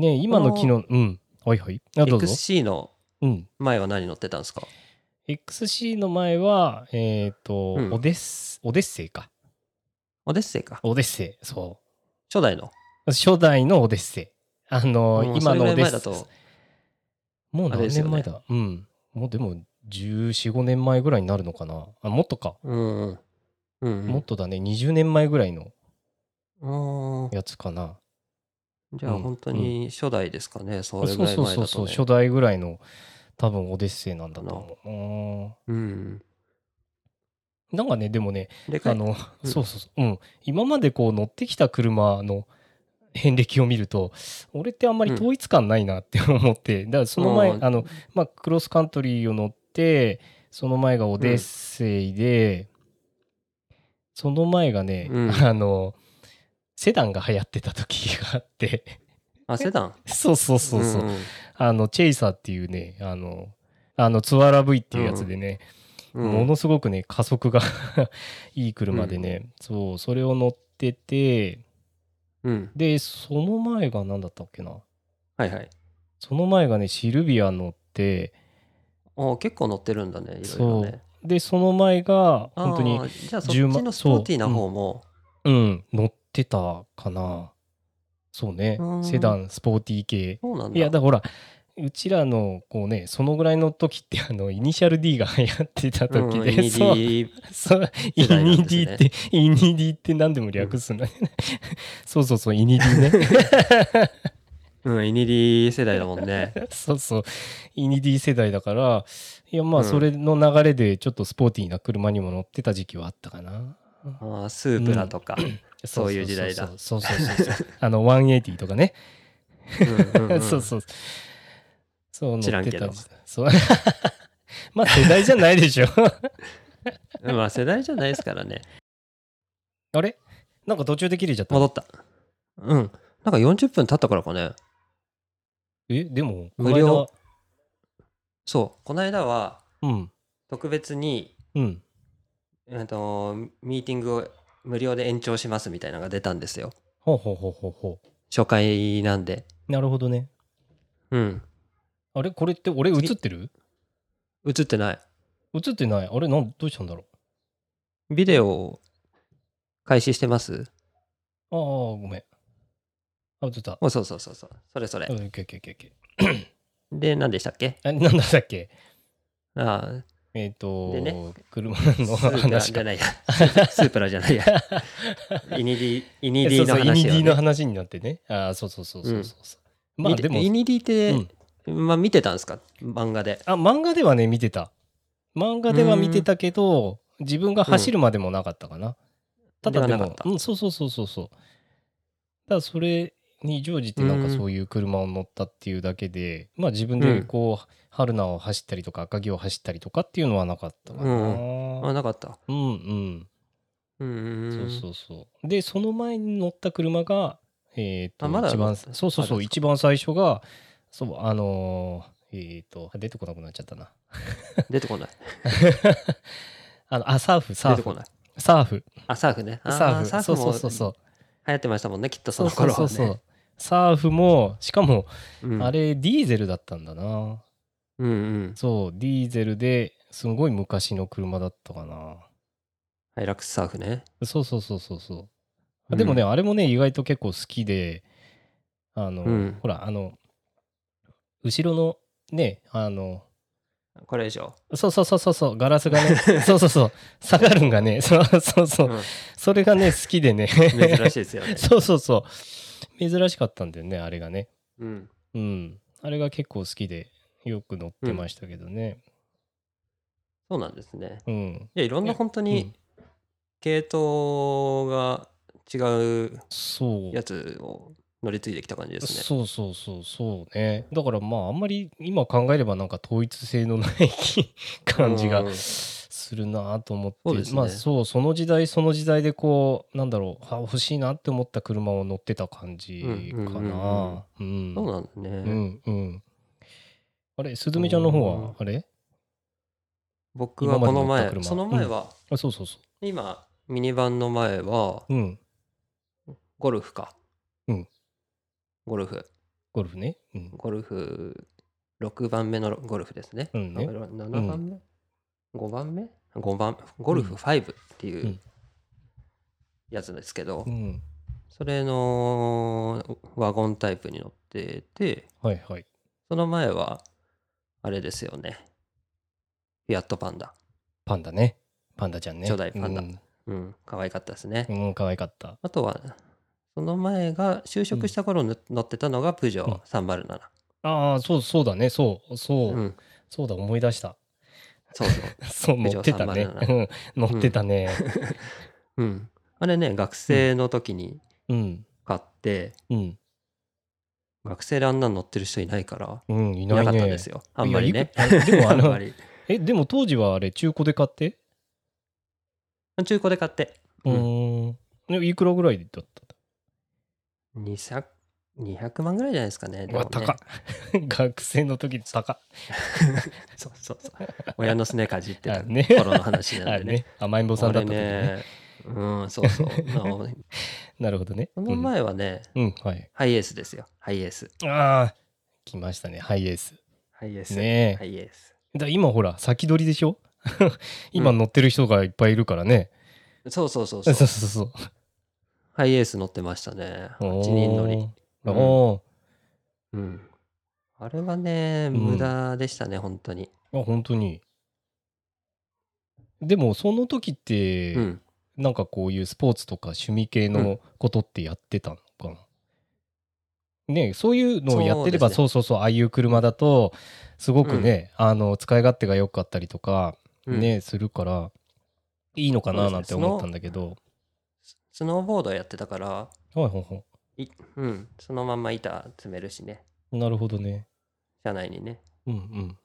B: ね今の機能うんはいはいあどうぞ、
A: XC の
B: うん、
A: 前は何乗ってたんですか
B: XC の前はえっ、と、
A: うん
B: オデッセオデッセイか
A: オデッセイか。
B: オデッセイ、そ
A: 初代の。
B: う。初代のオデッセイ。あの、
A: もう
B: 今
A: そ
B: のオ
A: れぐらい前
B: デッ
A: だ
B: セイ
A: と。、
B: もう
A: あれ
B: 何
A: ですよ
B: 年
A: ね
B: 前だ、うん。もうでも、14、5年前ぐらいになるのかな。あ、もっとか。
A: うんうん。うん
B: もっとだね。20年前ぐらいの
A: うん、あー
B: やつかな。
A: じゃあ
B: うん
A: 本当に初代ですかね、そ
B: そう
A: れぐ
B: そう
A: らい
B: そう
A: 前
B: そう
A: だ
B: そ
A: と、
B: う。
A: ね。
B: 初代ぐらいの、多分オデッセイなんだと思
A: うん。
B: う。うんなんかね、でもね、
A: でか
B: あ
A: い。
B: の、
A: うん
B: そうそうそう、うん、今までこう乗ってきた車の遍歴を見ると俺ってあんまり統一感ないなって思って、だからその前
A: うん
B: あの、まあ、クロスカントリーを乗ってその前がオデッセイで、その前がね、
A: うん
B: あのセダンが流行ってた時があって
A: あ、セダン。
B: そうそうそうそう、
A: んん
B: あのチェイサーっていうねあのあのツアラ V っていうやつでね、
A: うん
B: ものすごくね加速が いい車でね、そうそれを乗ってて
A: うん。
B: でその前が何だったっけな
A: はいはい。
B: その前がねシルビア乗って
A: お結構乗ってるんだね、いろいろね。
B: でその前が
A: あー
B: 本当に
A: じゃあそっち
B: 10万
A: のスポーティーな方も。
B: うん乗ってたかなそうね
A: うん
B: セダンスポーティー系
A: そうなんだ。
B: いやだからほらうちらのこうねそのぐらいの時ってあのイニシャル D が流行ってた
A: うん
B: 時で、
A: イニデ
B: そう
A: ィ
B: そう、イ
A: 世代なんで
B: ニ
A: すね
B: ディって、イニディって何でも略すのね。そうそうそう、イニディ ね。
A: うん、イニディ世代だもんね。
B: そうそう、イニディ世代だから、いや、ま
A: う
B: あ、
A: ん
B: それの流れで、ちょっとスポーティーな車にも乗ってた時期はあったかな。
A: あースープラとか。そういう時代だ
B: そうそうそうそう。あの、180とかね。
A: うんうんうん
B: そうそう。そう、
A: 知ら
B: 乗っ
A: ん
B: て
A: け
B: た
A: ど
B: 時代。そう まあ、世代じゃないでしょ。
A: まあ世代じゃないですからね。
B: あれなんか途中で切れちゃった。
A: 戻った。うん。なんか40分経ったからかね。
B: え、でも、
A: 無料そう。この間は
B: この間。うん。
A: 特別に、
B: うん。
A: えっと、ミーティングを無料で延長しますみたいなのが出たんですよ。
B: ほうほうほうほうほう。
A: 初回なんで。
B: なるほどね。
A: うん。
B: あれこれって俺映ってる
A: 映ってない。
B: 映ってない。あれなんどうしたんだろ
A: ビデオを開始してます
B: うああ、ごめん。あ、映った。
A: おそうそうそうそう。それそれ
B: う。ん、オッケーオッケーオッケーオッケ
A: で、何でしたっけ
B: ー。あ、なんだったっけ
A: あ
B: えっ、と
A: でね
B: 車
A: あ、
B: の
A: スープラ
B: 話
A: じ
B: か
A: ゃ。ないや。 スープラじゃないや。 イニディ、イニディの
B: そうそうイニ
A: 話
B: デ
A: を
B: ィ
A: ね、
B: の話になってね。ああ、そうそうそうそうそうそう。まあ
A: 見て
B: でも、
A: イニディって、まあ見てたんですか漫画で。
B: あ、漫画ではね、見てた。漫画では見てたけど、自分が走るまでもなかったかな。ただで
A: ではな
B: も
A: かった
B: うん、そうそうそうそうそう。ただそれに乗じてなんか
A: うん
B: そういう車を乗ったっていうだけで、まあ自分
A: う
B: で
A: ん
B: こう、春菜を走ったりとか赤城を走ったりとかっていうのはなかったかな。う
A: うん
B: ん、
A: あ、なかった。
B: うん、
A: うんうん
B: そう
A: う
B: そうそう。で、その前に乗った車が、えっ、と、
A: あまだ
B: 一番、
A: 乗っ
B: そうそうそ
A: あ
B: う、
A: れですか
B: 一番最初が、そう、あのーえっ、と、出てこなくなっちゃったな。
A: ん。出てこない。
B: あの、あ、サーフ、サ
A: 出
B: ー
A: て
B: フ
A: こ。ない。
B: サーフ。
A: あ、サーフね。あ
B: サーフ。
A: サー
B: そう
A: フ
B: そ
A: も
B: うそうそう。
A: 流行ってましたもんね、きっとそ
B: そう
A: の
B: そ
A: 頃
B: うそ
A: は
B: うそ
A: ね
B: う。。サーフも、しかも、
A: うん
B: あれ、ディーゼルだったんだな。
A: うんうん。
B: そう、ディーゼルですごい昔の車だったかな。
A: ハイラックスサーフね。
B: そうそうそうそうそうう。
A: ん
B: でもね、あれもね、意外と結構好きで、あの、
A: うん
B: ほら、あの、後ろの、ね、あの、
A: これ以上。
B: そうそうそうそうそう、ガラ スがね、そうそうそう、下がるんがね、そうそうそうう、
A: ん
B: それがね、好きでね。。
A: 珍しいですよね
B: そうそうそう。珍しかったんだよね、あれがね。
A: うん。
B: うん。あれが結構好きで、よく乗ってましたけどね。
A: そうなんですね。
B: うん。
A: いや、いろんな本当
B: う
A: に
B: ん
A: 系統が違う
B: そう。
A: やつを乗り継いできた感じですね。
B: そうそうそうそうね。だからまあ、あんまり今考えればなんか統一性のない 感じが
A: うん
B: するなと思って、
A: そうですね
B: まあそう、その時代その時代でこう、なんだろう、あ欲しいなって思った車を乗ってた感じかな。うん。
A: そうなんだね。
B: うんうん。あれ、すずめちゃんの方
A: うん
B: は、あれ
A: 僕はこの
B: 今まで乗った
A: 前、
B: 車
A: その前は、
B: あ、そうそうそ
A: 今、ミニバンの前は、
B: う。うん。
A: ゴルフか。
B: うん
A: ゴルフ。
B: ゴルフね。うん。
A: ゴルフ、6番目のゴルフですね。
B: うんね
A: 7番目、?5 番目 ?5 番、ゴルフ
B: うん
A: 5っていう、
B: うん
A: やつですけど、
B: うん。
A: それのワゴンタイプに乗ってて、
B: はいはい。
A: その前は、あれですよね。フィアットパンダ。
B: パンダね。パンダちゃんね。
A: 初代パンダ
B: うん
A: うん、可愛かったですね。
B: うん、可愛かった。
A: あとは、その前が、就職した頃に乗ってたのが、プジョー307。
B: ああ、そう、そうだね。そう、そう、
A: うん、
B: そうだ、思い出した。
A: そうそう。
B: そう、
A: 九条
B: 乗ってたね。 うん、乗ってたね。
A: うん。あれね、学生の時に
B: うん、
A: 買って、
B: うん、
A: 学生であんなの乗ってる人いないから、
B: うん、い
A: い
B: な
A: ないか
B: ね。
A: ったんですよ。あんまりね。
B: いやいくで も
A: あ
B: あ
A: んま
B: の、
A: り。
B: え、でも当時はあれ、中古で買って
A: 中古で買って、
B: う
A: うん
B: ーん。ねいくらぐらいだった
A: 200、200万ぐらいじゃないですかね。で
B: う
A: も
B: わ、
A: ね
B: 高っ。 学生の時高っ。
A: そうそうそう。親のすねかじってた
B: あね
A: 頃の話なんで
B: あれ
A: ね。
B: ね。甘えん坊さんだ
A: 俺
B: った時ね。
A: ね、うん、そう そう。なお
B: なるほどね。
A: その前はね、
B: うん、うん、はい。
A: ハイエースですよ。ハイエース。
B: ああ、来ましたね。ハイエース。
A: ハイエース。
B: ね
A: ハイエース。
B: え。だ今ほら、先取りでしょ 今乗ってる人がいっぱいいるからね。
A: そうそうそう
B: そ
A: そうう。
B: そうそう。
A: ハイエース乗ってましたね。8人乗り。
B: おー。お
A: うん。あれはね、
B: ん
A: 無駄でしたね、本当に。
B: ー。あ、本当に。でも、その時って、
A: うん。
B: なんかこういうスポーツとか趣味系のことってやってたのかな、ねえそういうのをやってれば
A: そ
B: そう,、そうそうああいう車だとすごくね、あの使い勝手が良かったりとか
A: うん
B: ね、するからいいのかな
A: そ
B: な
A: うんです
B: て
A: ね
B: 思ったんだけど、
A: スノーボードやってたから、
B: はいはいはい
A: うん、そのまんま板詰めるしね、
B: いなるほどね
A: 車内にね。
B: うん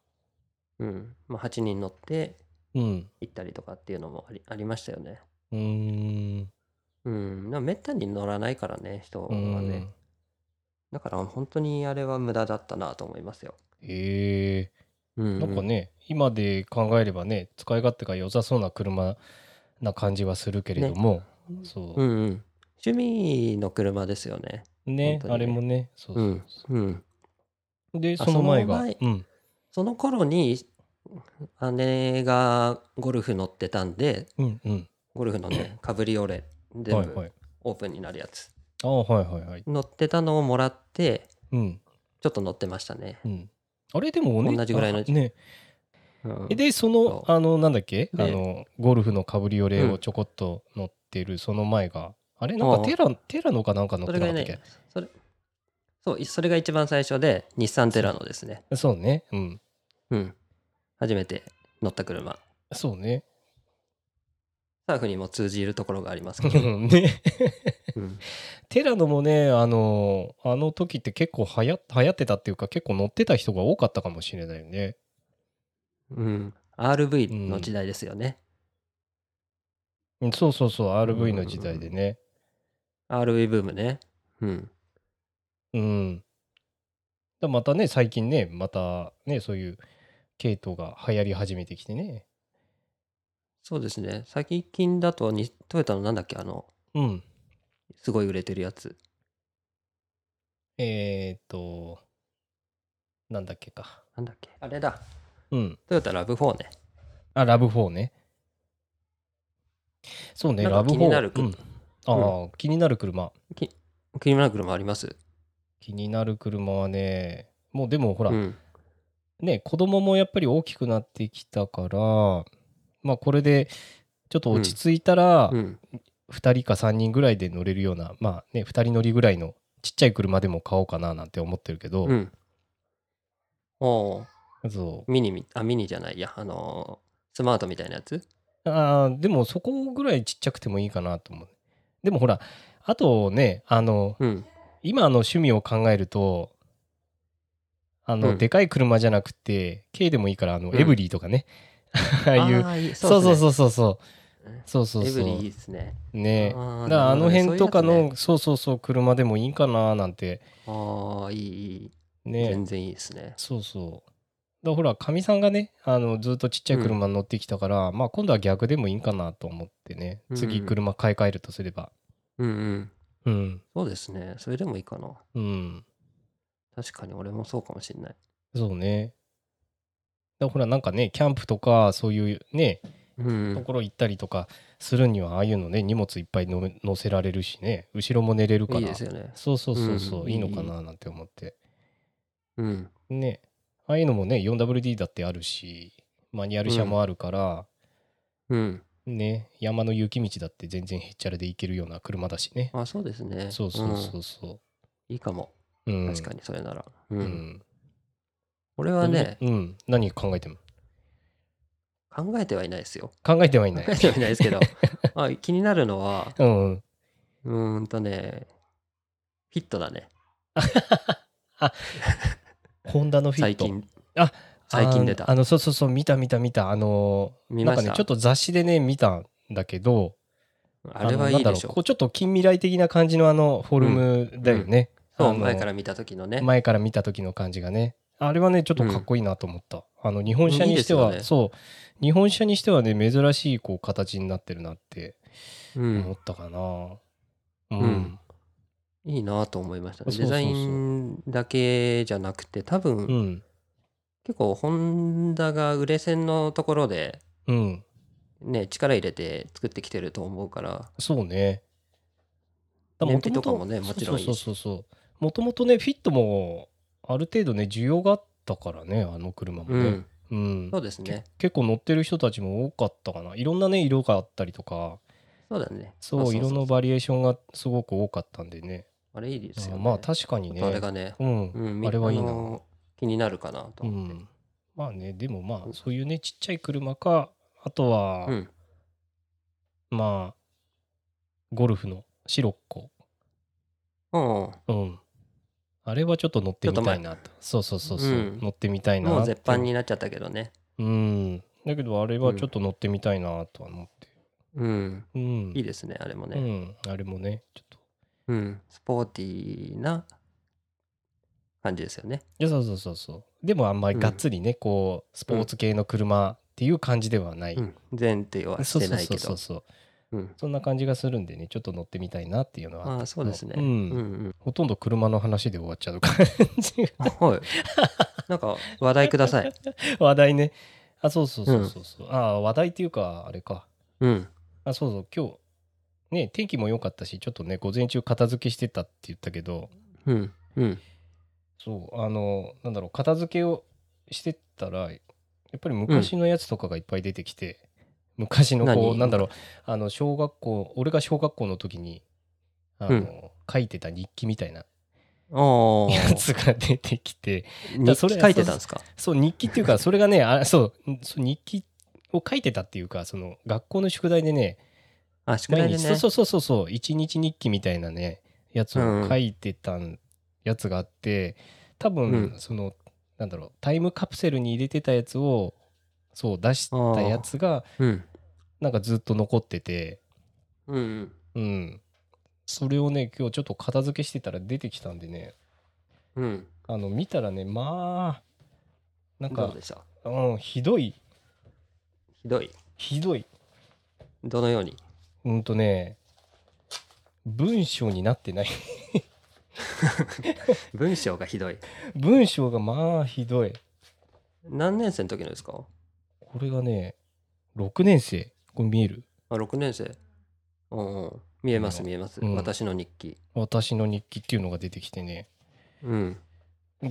A: うん。まあ、8人乗って
B: うんうん
A: 行ったりとかっていうのもありありましたよね。
B: うーん
A: うん。でもめったに乗らないからね、人は
B: う
A: ね
B: ん。
A: だから本当にあれは無駄だったなと思いますよ。
B: へえ
A: うん、
B: なんかね今で考えればね使い勝手が良さそうな車な感じはするけれども、そう
A: う、んうん。趣味の車ですよね。本
B: ね
A: 当にね
B: あれもねそう
A: う。
B: そうん
A: うん。
B: そうで
A: あ
B: その前
A: そ
B: が
A: の前
B: うん
A: その頃に、姉がゴルフ乗ってたんで、
B: うんうん
A: ゴルフの ね、カブリオレ、全
B: はいは
A: 部
B: い
A: オープンになるやつ。
B: ああはいはいはい
A: 乗ってたのをもらって、
B: うん
A: ちょっと乗ってましたね。
B: うんあれでもね
A: 同じぐらいの
B: あね
A: うん
B: えでその
A: そう
B: あのなんだっけあ
A: で
B: のゴルフのカブリオレ
A: う
B: を
A: ん
B: ちょこっと乗ってるその前があれなん
A: あ
B: か
A: あ
B: テラテラのかなんか乗っ
A: そ
B: て
A: れ
B: なか
A: が
B: ったっ
A: ね
B: け、
A: それ、そう、いそれが一番最初で、日産テラノですね。
B: そうねうん
A: うん。初めて乗った車。
B: そうね
A: サーフにも通じるところがありますけど。
B: ね
A: うん
B: テラのもねあのあの時って結構はや流行ってたっていうか結構乗ってた人が多かったかもしれないよね
A: うん、RV の時代ですよね。
B: うんそうそうそう RV の時代でね
A: RV ブームね。うん。
B: うん。だまたね、最近ね、またね、そういう系統が流行り始めてきてね。
A: そうですね。最近だとに、トヨタのなんだっけ、あの、
B: うん。
A: すごい売れてるやつ。
B: えー、っと、なんだっけか。
A: なんだっけ。あれだ。
B: うん。
A: トヨタラブ4ね。
B: あ、ラブ4ね。そうね、
A: なん
B: ラ
A: か
B: ブ
A: 気に
B: 4。
A: なる
B: う
A: 車
B: ん、ああ、気になる車。
A: クリムナグルもあります。
B: 気になる車はね、もうでもほら、
A: うん。
B: ね、子供もやっぱり大きくなってきたから、まあこれで、ちょっと落ち着いたら、
A: うん。
B: 2人か3人ぐらいで乗れるようなまあね2人乗りぐらいのちっちゃい車でも買おうかななんて思ってるけど、
A: うん。おー
B: そ
A: ミニみ、あ、ミニじゃないや。あのースマートみたいなやつ。
B: うあーでもそこぐらいちっちゃくてもいいかなと思うでもほらあとねあの
A: うん。
B: 今の趣味を考えるとあの、
A: うん
B: でかい車じゃなくて軽でもいいからあの、
A: うん
B: エブリーとかね ああいう
A: あいい
B: そうそう
A: う
B: そうそうそう
A: うん
B: そうそう
A: です
B: そ
A: ね。エブリーいういですね。
B: ね
A: あー
B: だからあの辺とか
A: なる
B: のそうそうそう車でもいいかななんて
A: ほどねそういうやつねあー、いい、いい。
B: ね
A: 全然いいですね。
B: そうそう。だからほら、かみさんがね、あのずっとちっちゃい車に乗ってきたから、まあ今度は逆でもいいかなと思ってね、
A: う
B: 次
A: ん
B: 車買い替えるとすれば。
A: うんうん。
B: うん。
A: そうですね。それでもいいかな。
B: うん。
A: 確かに俺もそうかもしれない。
B: そうね。だからほら、なんかね、キャンプとか、そういうね、
A: う
B: と
A: ん。
B: ころ行ったりとかするにはああいうのね荷物いっぱいのめ乗せられるしね後ろも寝れるから
A: いいですよね。
B: そうそうそうそう、
A: うん
B: いいのかななんて思って
A: うん。
B: ねああいうのもね 4WD だってあるしマニュアル車もあるから、
A: うん。
B: ね山の雪道だって全然へっちゃらで行けるような車だしね
A: あ、そうですね。
B: そうそう
A: うん
B: そうそ
A: いいかも。
B: う、うん、
A: 確かに、それなら。う。
B: にうんん、
A: 俺はね、
B: うん、何考えても
A: 考えてはいないですよ。
B: 考えてはい
A: 考
B: な
A: え
B: い
A: てはいないです けど、あ気になるのは、
B: うんうん
A: うーんとね、フィットだね。
B: ホンダのフィッ
A: 最
B: ト
A: 近。
B: あ
A: 最近出た
B: あ。のそうそうそう見た見た見たあの
A: 見ました
B: なんかねちょっと雑誌でね見たんだけど
A: あれはいい
B: のなんだ
A: で
B: ろ
A: し
B: う
A: ょ
B: こ。うちょっと近未来的な感じのあのフォルムだよね、
A: そう、
B: あの
A: 前から見た時のね。
B: 前から見た時の感じがねあれはねちょっとかっこいいなと思った、あの日本車にしては、
A: いいです
B: そう日本車にしてはね珍しいこう形になってるなって
A: う
B: 思
A: ん
B: っ。たかなうん、
A: うんいいなと思いましたね。
B: そう
A: デ
B: そうそう
A: ザインだけじゃなくて、多分、
B: うん
A: 結構、ホンダが売れ線のところで、
B: うん
A: ね、力入れて作ってきてると思うから、
B: そうね。
A: 燃費
B: 元々
A: とかもねもちろんいいし
B: そうそうそうそう。もともとね、フィットもある程度ね、需要があったからね、あの車も
A: う
B: ね。
A: ん、
B: うん。
A: そうですね。
B: 結構乗ってる人たちも多かったかな。いろんなね、色があったりとか、
A: そうだね。
B: そう、色のバリエーションがすごく多かったんでね。
A: あれいいですよ、ね。
B: まあ、確かにね。
A: あれがね、
B: うん。
A: うん、
B: あれはいい
A: あ
B: な。
A: の気になるかなと
B: う
A: 思って。
B: ん。まあね、でもまあ、そういうね、ちっちゃい車か、あとは、
A: うん。
B: まあ、ゴルフのシロッコ。
A: うん。
B: うん。あれはちょっと乗ってみたいなと。そうそうそうそう、
A: うん
B: 乗ってみたいなって
A: もう絶版に。なっちゃったけどね。
B: うん。だけどあれはちょっと乗ってみたいなとは思って。
A: うん。
B: うん。
A: いいですね、あれも
B: う
A: ね。
B: ん。あれもね、ちょっと。
A: うん。スポーティーな感じですよね。
B: いや、そうそうそうそう。でもあんまりがっつりね、こう、スポーツ系の車っていう感じではない。
A: うん。前提はし
B: そう
A: て
B: そう
A: ない
B: そ
A: け
B: うそ
A: ど
B: う。そう。
A: うん。
B: そんな感じがするんでね、ちょっと乗ってみたいなっていうのは
A: あ
B: った
A: あ、そうですね。
B: う
A: うん
B: ん。
A: うん。
B: ほとんど車の話で終わっちゃう感じが
A: はい。なんか話題ください。
B: 話題ね。あ、そうそうそうそうそう。ああ、話題っていうか、あれか。
A: うん。
B: あそうそう今日ね天気も良かったしちょっとね午前中片付けしてたって言ったけど
A: うん。うん。
B: そうあのなんだろう片付けをしてたらやっぱり昔のやつとかがいっぱい出てきて、昔のこう
A: 何
B: なんだろうあの小学校俺が小学校の時にあの、
A: うん
B: 書いてた日記みたい
A: あ
B: なや
A: あ。
B: つが出てきて
A: 日
B: それ
A: 記書いてたんですか
B: そう日記っていうかそれがねあそうそう日記を書いてたっていうかその学校の宿題でね
A: あ、宿題
B: 毎
A: で
B: 日
A: ね。
B: そうそうそうそう一日日記みたいなねやつを書いてたんやつがあって多分
A: う
B: その、なんだろうタイムカプセルに入れてたやつをそう出したやつが
A: うん。
B: なんかずっと残ってて
A: うんうん。
B: うんそれをね今日ちょっと片付けしてたら出てきたんでね
A: うん。
B: あの見たらねまあなん
A: ど
B: か
A: うでした
B: うんひどい
A: ひどい。
B: ひどい
A: どのように
B: うんとね文章になってない
A: 文章がひどい。
B: 文章がまあひどい
A: 何年生の時のですか
B: これがね、6年生。これ見える
A: あ、6年生。うんうん。見えます、見えます。
B: うん
A: 私の日記。
B: 私の日記っていうのが出てきてね。
A: うん。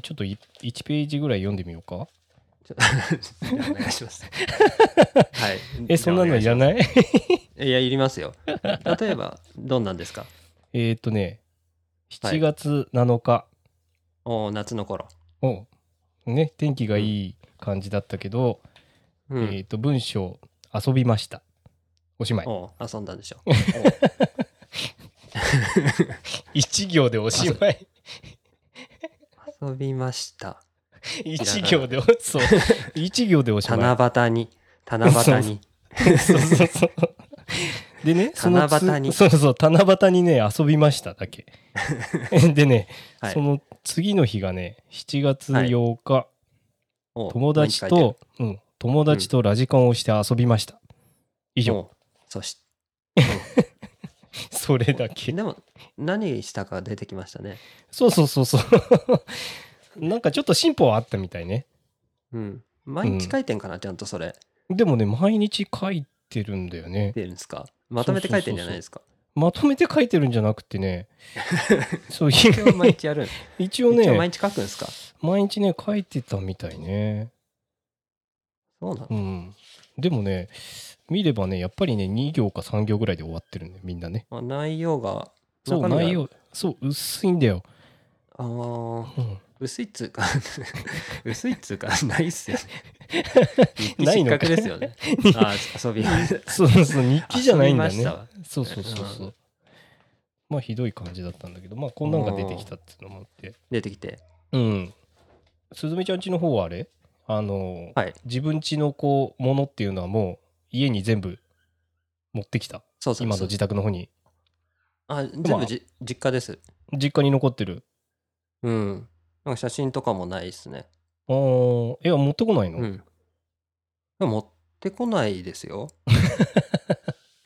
B: ちょっとい1ページぐらい読んでみようか。
A: ち ょじゃあお願いします。 はい。
B: え、そんなのいら
A: い
B: ない
A: いや、いりますよ。例えば、どんなんですか
B: えーっとね、
A: はい
B: 7月7日。
A: おー夏の頃。
B: をね、天気がいい感じだったけど、
A: う
B: え
A: ん。
B: ーっと、文章、遊びました。おしまい。
A: おー遊んだんでしょ。
B: 1行でおし まい。
A: おー遊びました。
B: 1行でお、そう。1行でおしまい。
A: 七夕 に。七夕に。
B: そうそうそう。でね、そのつ
A: 七夕に
B: そうそう、七夕にね、遊びましただ け。でね、
A: はい
B: その次の日がね、7月8日、
A: おー
B: 友達
A: 何書いて
B: と、うん、友達とラジコンをして遊びました。以
A: る
B: 上、
A: おーそし
B: それだけ。
A: でも、何したか出てきましたね。
B: そうそうそうそう。なんかちょっと進歩はあったみたいね。
A: うん。毎日書いてんかな、ちゃんとそれ。
B: でもね、毎日書いてるんだよね。
A: 出るんですかまとめて書いてんじゃないですか
B: まとめて書いてるんじゃなく てね。そう、
A: 一応毎日や るん
B: 一応
A: 一応
B: ね、
A: 毎日書くんですか
B: 毎日ね、書いてたみたいね。
A: そうなの
B: うん。でもね、見ればね、やっぱりね、2行か3行ぐらいで終わってるんだよ、みんなね。
A: あ内容が
B: そう、
A: 中身が
B: 内容、そう、薄いんだよ。
A: あー
B: うん、
A: 薄いっつうか 薄いっつうかないっすよね
B: ないの
A: 失
B: か
A: 格ですよ ねあー遊びました
B: そうそう、日記じゃないんだ
A: 遊びまし
B: ね
A: た。わ
B: そうそうそうそう。
A: うん
B: まあ、ひどい感じだったんだけど、まあ、こんなんが出てきたっていうのもあって。
A: 出てきて
B: うん。すずめちゃん家の方はあれあの、
A: はい
B: 自分家のこう、ものっていうのはもう、家に全部持ってきた。
A: そうそう
B: 今の
A: そう
B: 自宅の方に。
A: あ全部じ実家です
B: 実家に残ってる。
A: うんなんか写真とかもないっすね
B: ああ、え、持って こないの、
A: うん持ってこないです よ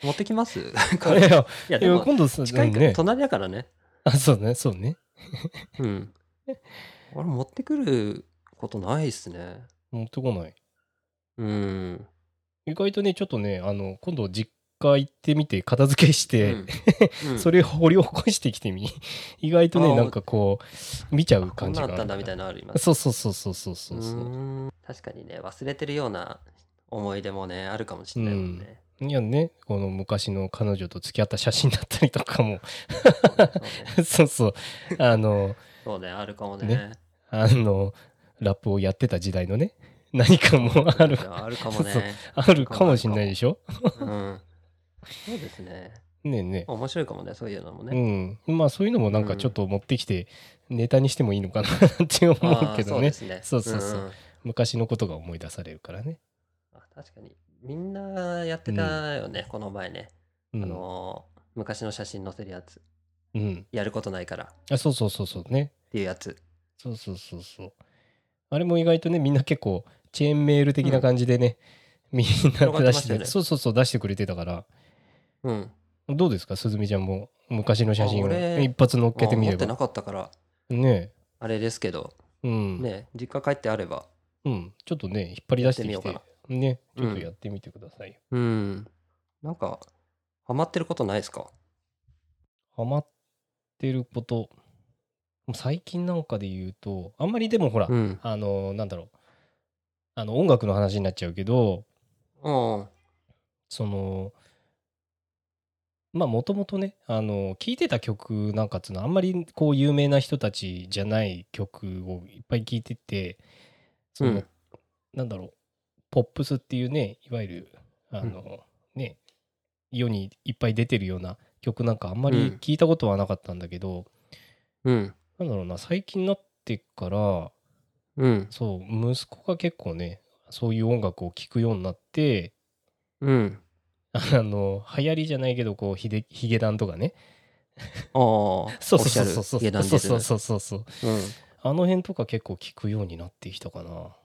A: 持ってきます い
B: いやいや
A: や
B: い
A: で
B: や
A: も
B: 今度さ、
A: 近いから、
B: ね。
A: 隣だからね
B: あ、そうね、そうね。
A: うん。あれ、持ってくることないっすね。
B: 持ってこない。
A: うん。
B: 意外とね、ちょっとね、あの、今度実家行ってみて、片付けして、そ
A: れ
B: れを掘り起こしてきてみ。 意外と
A: あ
B: ね、
A: ー
B: なんかこう、見ちゃう
A: こん
B: 感じ
A: なん
B: が
A: あったんだみたいなのあります。
B: そうそうそうそうそうそうそうう。
A: ーん確かにね、忘れてるような思い出もね、あるかもしれないもんね。
B: いやね、この昔の彼女と付き合った写真だったりとかも、
A: そうねそうね
B: そうそう、あの、
A: そうね、あるかもね。
B: ねあの、ラップをやってた時代のね、何かもある、
A: あるか もね。
B: あるかもしれないでしょ
A: うん。そうですね。
B: ねえね
A: 面白いかもね、そういうのも
B: え。
A: ね。
B: うん。まあそういうのもなんかちょっと持ってきて、ネタにしてもいいのかなって思
A: あ
B: うけ
A: ーそ
B: ど
A: うで
B: ね。
A: すね。
B: そうそうそうん
A: ん
B: 昔のことが思い出されるからね。
A: あ確かに。みんなやってたよね、この前ね。
B: うん
A: あのー昔の写真載せるやつ。
B: うん。
A: やることないからっ
B: あ、そうそうそうそうね。
A: ていうやつ。
B: そうそうそうそう。あれも意外とね、みんな結構、チェーンメール的な感じでね、みん
A: 広が
B: な
A: ってま
B: 出
A: し
B: した
A: よ
B: て、
A: ね
B: そうそうそう、出してくれてたから、
A: うん。
B: どうですか、すずみちゃんも、昔の写真
A: あ
B: を
A: 俺
B: 一発乗っけてみ
A: 持
B: れ
A: ってな
B: ば。
A: かったから、
B: ね
A: あれですけど、
B: え、うん、
A: ね、実家帰ってあれば。
B: うん、ちょっとね、引っ張り出して
A: や
B: き
A: ってみよ
B: て、ね、
A: うか
B: ち
A: な
B: ょっとやってみてくださいよ。
A: うん。なんか、ハマってることないですか
B: ハマってること、もう最近なんかで言うと、あんまりでもほら、
A: うん。
B: あの、なんだろう、あの、音楽の話になっちゃうけど、
A: うん。
B: そのまあもともとねあの聴いてた曲なんかっていうのはあんまりこう有名な人たちじゃない曲をいっぱい聴いててその、
A: うん
B: なんだろうポップスっていうねいわゆるあの、ね世にいっぱい出てるような曲なんかあんま
A: うん
B: り聞いたことはなかったんだけど、
A: うん。
B: なんだろうな最近になってから
A: うん。
B: そう息子が結構ねそういう音楽を聴くようになって
A: うん。
B: あの流行りじゃないけどこうヒデヒゲダンとかね
A: ああ、オフ
B: そう
A: ィシ
B: そうそ
A: ャ
B: うそう
A: ル家なん
B: そ
A: で
B: う
A: す。
B: そうそうそうそう
A: うん。
B: あの辺とか結構聞くようになってきたかな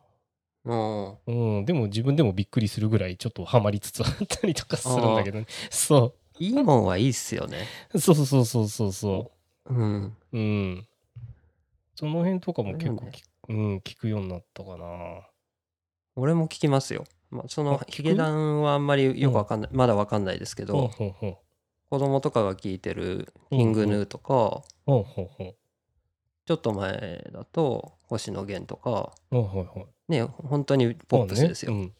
A: うん
B: うんでも自分でもびっくりするぐらいちょっとハマりつつあったりとかするんだけどねそ
A: いいもんはいいっすよね。
B: うそうそうそうそうそ
A: うん。
B: ううんその辺とかも
A: そ
B: 結構
A: うなんだ
B: 聞,、うん、聞くようになったかな
A: 俺も聞きますよ。まあ、その
B: あ聞く
A: ヒゲダンはあんまりよくわかんない、まだわかんないですけ
B: ほう
A: ど、
B: ほうほう
A: 子供とかが聞いてるキングヌーとか、
B: ほうほうほう
A: ちょっと前だと星野源とか、
B: ほうほうほう
A: ね本当にポップスですよ、
B: まあね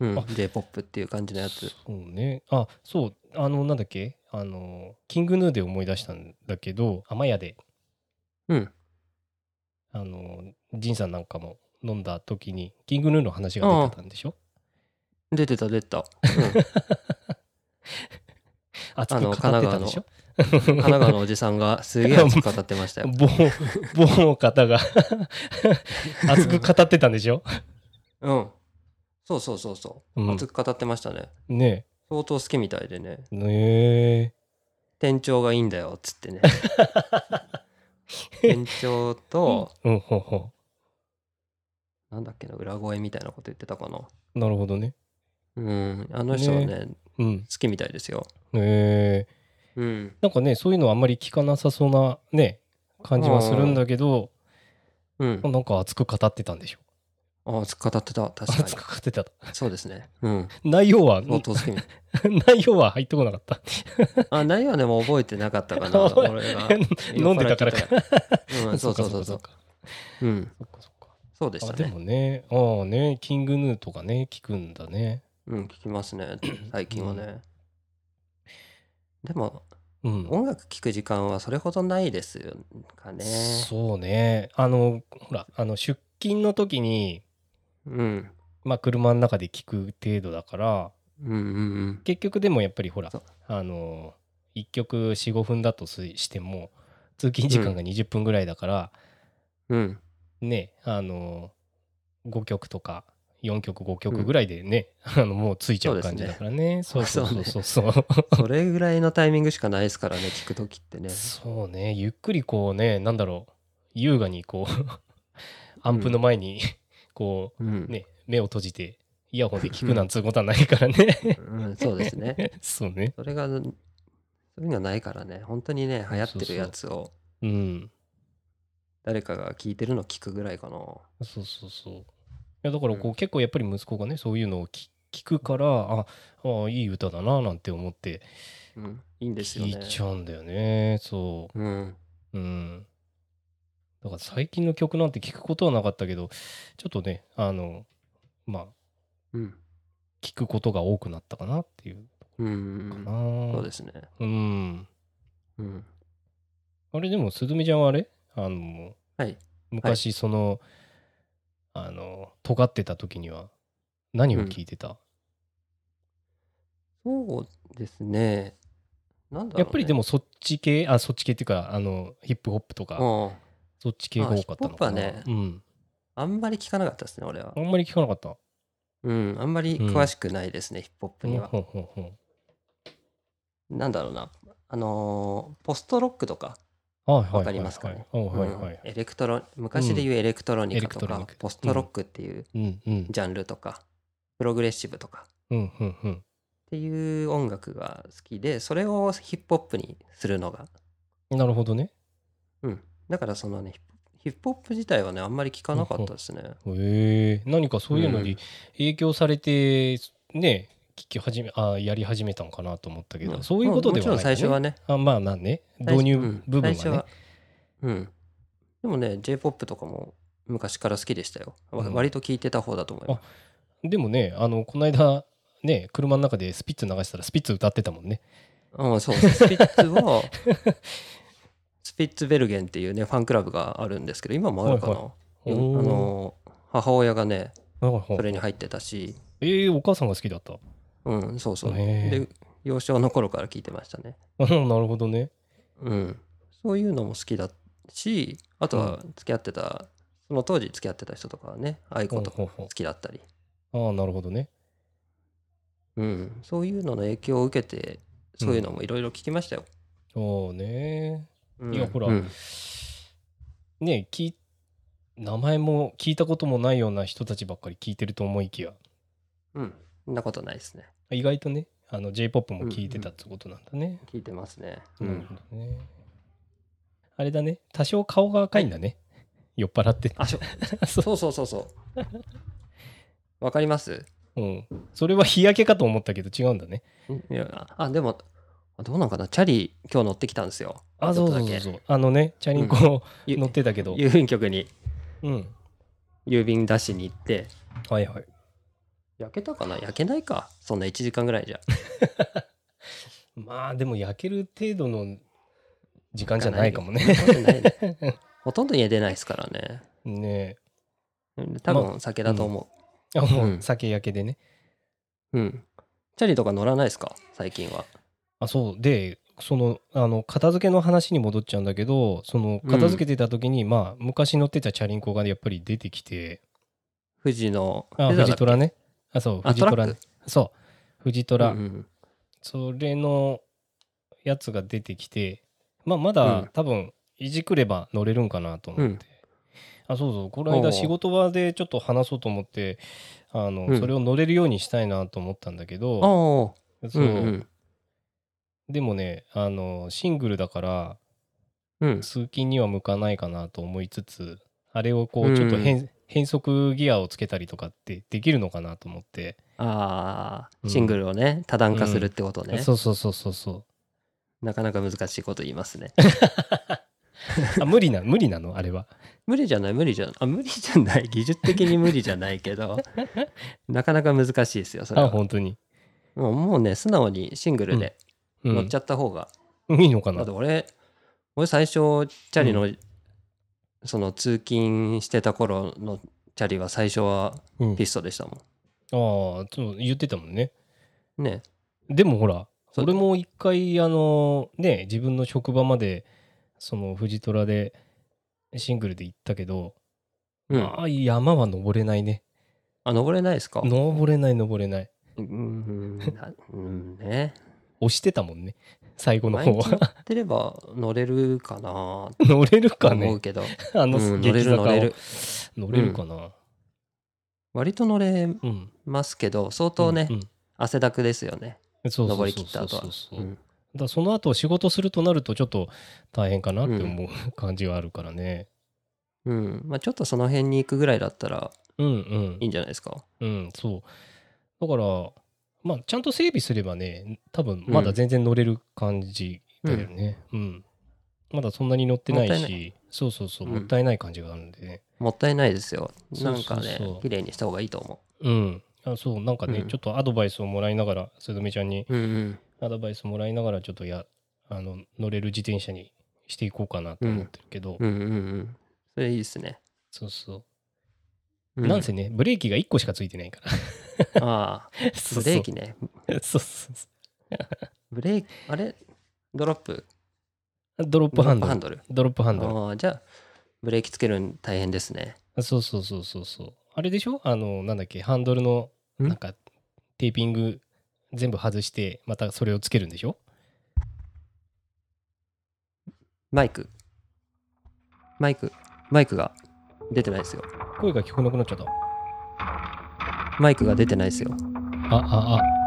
B: うん
A: うん
B: あ
A: J−POP っていう感じのやつ
B: そうねあそうあのなんだっけあのキングヌーで思い出したんだけど雨宿で
A: うん
B: あの、ジンさんなんかも飲んだ時に、キングヌーの話が出てたんでしょ
A: 出てた出て た、
B: 熱く語ってたんでしょ
A: うん、神 奈川のおじさんがすげえ熱く語ってましたよ
B: 某、某の方が 熱く語ってたんでしょ、
A: うんそうそうそうそうう、
B: ん
A: 熱く語ってましたね
B: ね
A: 相当好きみたいでね
B: え。ね
A: 店長がいいんだよっつって ね店長
B: え。
A: と、
B: うん、ほうほ
A: なんだっけな裏声みたいなこと言ってたかな
B: う。なるほどね。
A: うんあの人はね
B: うん。
A: 好きみたいですよ
B: ねえ。
A: うん
B: なんかね、そういうのあんまり聞かなさそうなね、感じはするんだけど、
A: うん
B: なんか熱く語ってたんでしょ
A: ああ、つっかたってた。確
B: あ
A: か
B: つ
A: に。
B: かかってた。
A: そうですね。うん。
B: 内容は、
A: 相当好きな
B: 内容は入ってこなか った。
A: あ、内容はでも覚えてなかったかな。
B: おい
A: 俺が。
B: 飲んでたからか。
A: うん、そうそうそうそ
B: そうっ。か
A: うん。
B: そっかそっか。
A: そうでし
B: あ
A: た
B: で
A: ね。
B: もね、ああね、キングヌーとかね、聞くんだね。
A: うん、聞きます ね。最近はね。でも、
B: うん。
A: 音楽聴く時間はそれほどないですよかね。
B: そうね。あの、ほら、あの出勤の時に、
A: うん。
B: まあ、車の中で聞く程度だから、
A: うんうん
B: 結局でもやっぱりほら
A: そう、
B: あの、1曲4、5分だとすしても、通勤時間が20分ぐらいだから、
A: うん。うん。
B: ね、あの、5曲とか、4曲、5曲ぐらいでね、 あのもうついちゃう感じだからね。
A: そ
B: そうう
A: です
B: そ
A: ね
B: うそうそうそう。
A: それぐらいのタイミングしかないです からね、聞くときってね。
B: そうね、ゆっくりこうね、なんだろう、優雅にこう、 アンプの前に、こ
A: うん
B: う、。ね、目を閉じて、イヤホンで聞くなんつうことはないからね。
A: うん、そうですね。
B: そうね。
A: それが、そういうのがないからね、本当にね、流行ってるやつを
B: うん。
A: 誰かが聞いてるのを聞くぐらいかな。
B: そうそうそう。いや、だからこ
A: う
B: う、結構やっぱり息子がね、そういうのをき聞くから、あ、あいい歌だな、なんて思って、
A: うん、いいんですよ
B: 聞
A: ね
B: い。ちゃうんだよね。そ
A: うん。
B: う。うん。だから最近の曲なんて聞くことはなかったけど、ちょっとね、あの、まあ、
A: うん。
B: 聞くことが多くなったかなっていう
A: うんう
B: か
A: ん
B: な。
A: うん。そうですね。
B: うん。
A: うん。
B: あれでも、すずみちゃんはあれあの、
A: はい
B: 昔、その、あの、尖ってた時には、何を聞いてた、
A: そうですね。なんだろう、ね。
B: やっぱりでも、そっち系、あ、そっち系っていうか、あの、ヒップホップとか、
A: うん、
B: そっち系が多かったのかな。
A: あヒップホップ
B: うん。
A: あんまり聞かなかったですね、俺は
B: あ。んまり聞かなかった。
A: うん、あんまり詳しくないですね、ヒップホップ
B: うん
A: に
B: う
A: は。
B: んうんうん
A: なんだろうな。あのーポストロックとか、
B: はいはいはいはい。
A: わかりますかね
B: はいはいは
A: うん
B: い。
A: エレクトロ昔で言うエレクトロニカと
B: エレクトロ
A: か
B: ニカ、
A: ポストロックっていう
B: うんうん。
A: ジャンルとか、プログレッシブとかっ
B: うんうんうん。
A: ていう音楽が好きで、それをヒップホップにするのが。
B: なるほどね。
A: うん。だからそのね、ヒップヒップホップ自体はね、あんまり聞かなかったですね。
B: へえ何かそういうの
A: うん
B: に影響されて、ね聞き始めあやり始めたのかなと思ったけど、
A: ん
B: そういうことではない、ね、
A: もちろん最初はね、
B: あまあまあね
A: 最
B: 導
A: 初
B: 入
A: うん
B: 部
A: 最
B: 分
A: 初
B: はね
A: はうん。でもね、J-POP とかも昔から好きでしたよ。わ
B: うん
A: 割と聞いてた方だと思います。
B: でもねあのこの間ね車の中でスピッツ流したらスピッツ歌ってたもんね
A: うん、そう。スピッツは、 スピッツベルゲンっていうね、ファンクラブがあるんですけど、今もあるかな。
B: は
A: うんあの、母親がね、
B: おーはいはい
A: それに入ってたし、
B: ええお母さんが好きだった
A: うん、そうそう。
B: へえ
A: で、幼少の頃から聞いてましたね。
B: うんなるほどね
A: うん。そういうのも好きだし、あとは付き合ってた、その当時付き合ってた人とかはね、愛子とか
B: ほうほう
A: 好きだったり、
B: ほうああなるほどね
A: うん、そういうのの影響を受けて、そういうのもいろいろ聞きましたよ。
B: そうね
A: うん
B: いやほら、
A: うん
B: ね聞い名前も聞いたこともないような人たちばっかり聞いてると思いきや
A: うん、そんなことないですね。
B: 意外とねあの J−POP も聞いてたってことなんだね、
A: 聞いてますね。う。
B: うんんねあれだね多少顔が赤いんだね酔っ払って
A: あ、そう そうそうそうそう。わかります
B: うんそれは日焼けかと思ったけど違うんだね
A: いやあ、でも、あどうなんかなチャリ、今日乗ってきたんですよ。
B: あ
A: ちょっ
B: そう
A: とだ
B: そう
A: け
B: そうそうあのねチャリンコ
A: ゆ
B: 乗ってたけど、
A: 郵便局に
B: うん、
A: 郵便出しに行って、
B: はいはい
A: 焼けたかな焼けないか。そんな1時間ぐらいじゃ。
B: まあでも焼ける程度の時間じゃないかもね
A: そんなことないね ほとんど家出ないですからね。
B: ね
A: 多分酒だと思
B: えあも
A: う
B: うん酒焼けでね、
A: う。うん。チャリとか乗らないですか最近は。
B: あそうでそのあの片付けの話に戻っちゃうんだけどその片付けてた時に、まあ昔乗ってたチャリンコがやっぱり出てきて
A: 富士の。
B: あ、
A: レザー
B: フ
A: だ
B: ジ
A: っ
B: ト
A: け
B: ラね。あ、そう、
A: あ
B: フジトラ、
A: トラッ
B: ね。そう、フジトラ、
A: うんうん
B: それのやつが出てきて、まあ、まだ、
A: うん
B: 多分、いじくれば乗れるんかなと思
A: う
B: って。
A: ん
B: あ、そうそう、この間
A: おう
B: 仕事場でちょっと話そうと思って、あの、
A: うん
B: それを乗れるようにしたいなと思ったんだけ
A: あ
B: ど、
A: あ。
B: そう、
A: うんうん
B: でもね、あの、シングルだから、
A: うん。
B: 通勤には向かないかなと思いつつ、あれをこう、ちょっと変,、変速ギアをつけたりとかってできるのかなと思って、
A: ああ、
B: うん
A: シングルをね、多段化するってことね。
B: そうそうそうそうそ
A: なかなか難しいこと言いますね。
B: うあ無理な無理なのあれは
A: 無理じゃない、無理じゃない。あ、無理じゃない。技術的に無理じゃないけ ど、なかなか難しいですよ、それ
B: あ
A: は。
B: 本当に、
A: もうもうね、素直にシングルで
B: うん、
A: 乗っちゃった方が。
B: いいのか
A: だ
B: な
A: って俺、俺最初、チャリの、その通勤してた頃のチャリは最初は
B: うん、あ
A: ピストでしたも
B: あそう言ってたもんね
A: ん。ね。
B: でもほら
A: そう
B: 俺も一回あのね自分の職場までそのフジトラでシングルで行ったけど、
A: うん。
B: ああ山は登れないね
A: あ、登れないですか
B: 登れない登れない
A: うんうん、なうんね。
B: 押してたもんね最 後の
A: 毎
B: 方
A: 日
B: は
A: 乗ってれば乗れるかなと
B: 乗れるか
A: 思
B: ね
A: うけど、
B: あの
A: うん乗
B: 激
A: れる
B: 坂を
A: 乗れる。
B: 乗れるかな
A: 割と乗れ
B: うん
A: ますけど、相当ね、
B: うんうん
A: 汗だくですよね。
B: そうそうそうそう
A: 登り切った後は
B: そう
A: う
B: そうだか
A: ん
B: らその後仕事するとなるとちょっと大変かなって思うう感じはあるからね
A: うん。まあちょっとその辺に行くぐらいだったら
B: うんうん
A: いいんじゃないですか。
B: うん、そう。だから、まあ、ちゃんと整備すればね、多分まだ全然乗れる感じだよね。うん。まだそんなに乗ってない
A: もったい
B: し、
A: な
B: そうそうそう、
A: うん
B: もったいない感じがあるんでね。
A: もったいないですよ。
B: そう
A: なん
B: そうそう
A: かね、綺麗にした方がいいと思
B: うん。あそう、なんかね、
A: うん
B: ちょっとアドバイスをもらいながら、すずめちゃんに
A: う。うんうん。
B: アドバイスもらいながら、ちょっとや、あの、乗れる自転車にしていこうかなと思ってるけど、
A: うんうんうん。それいいですね。
B: そうそうう。
A: ん
B: なんせね、ブレーキが1個しかついてないから。
A: ああ、
B: そ
A: ブ
B: うそう
A: レーキね。
B: そうそうそ
A: ブレーキ、あれドロップ
B: う。ドロップ
A: ドロ
B: ハン
A: ップ
B: ド
A: ハ
B: ル
A: ン。ドル。
B: ドロップハンドル。
A: ああ、じゃあ、ブレーキつけるの大変ですね。
B: そうそうそうそうそう。あれでしょあの、なんだっけ、ハンドルの、
A: ん
B: なんか、テーピング全部外して、またそれをつけるんでしょ
A: マイク。マイク。マイクが出てないですよ。
B: 声が聞こえなくなっちゃった。
A: マイクが出てないですよ。
B: あ、あ、あ、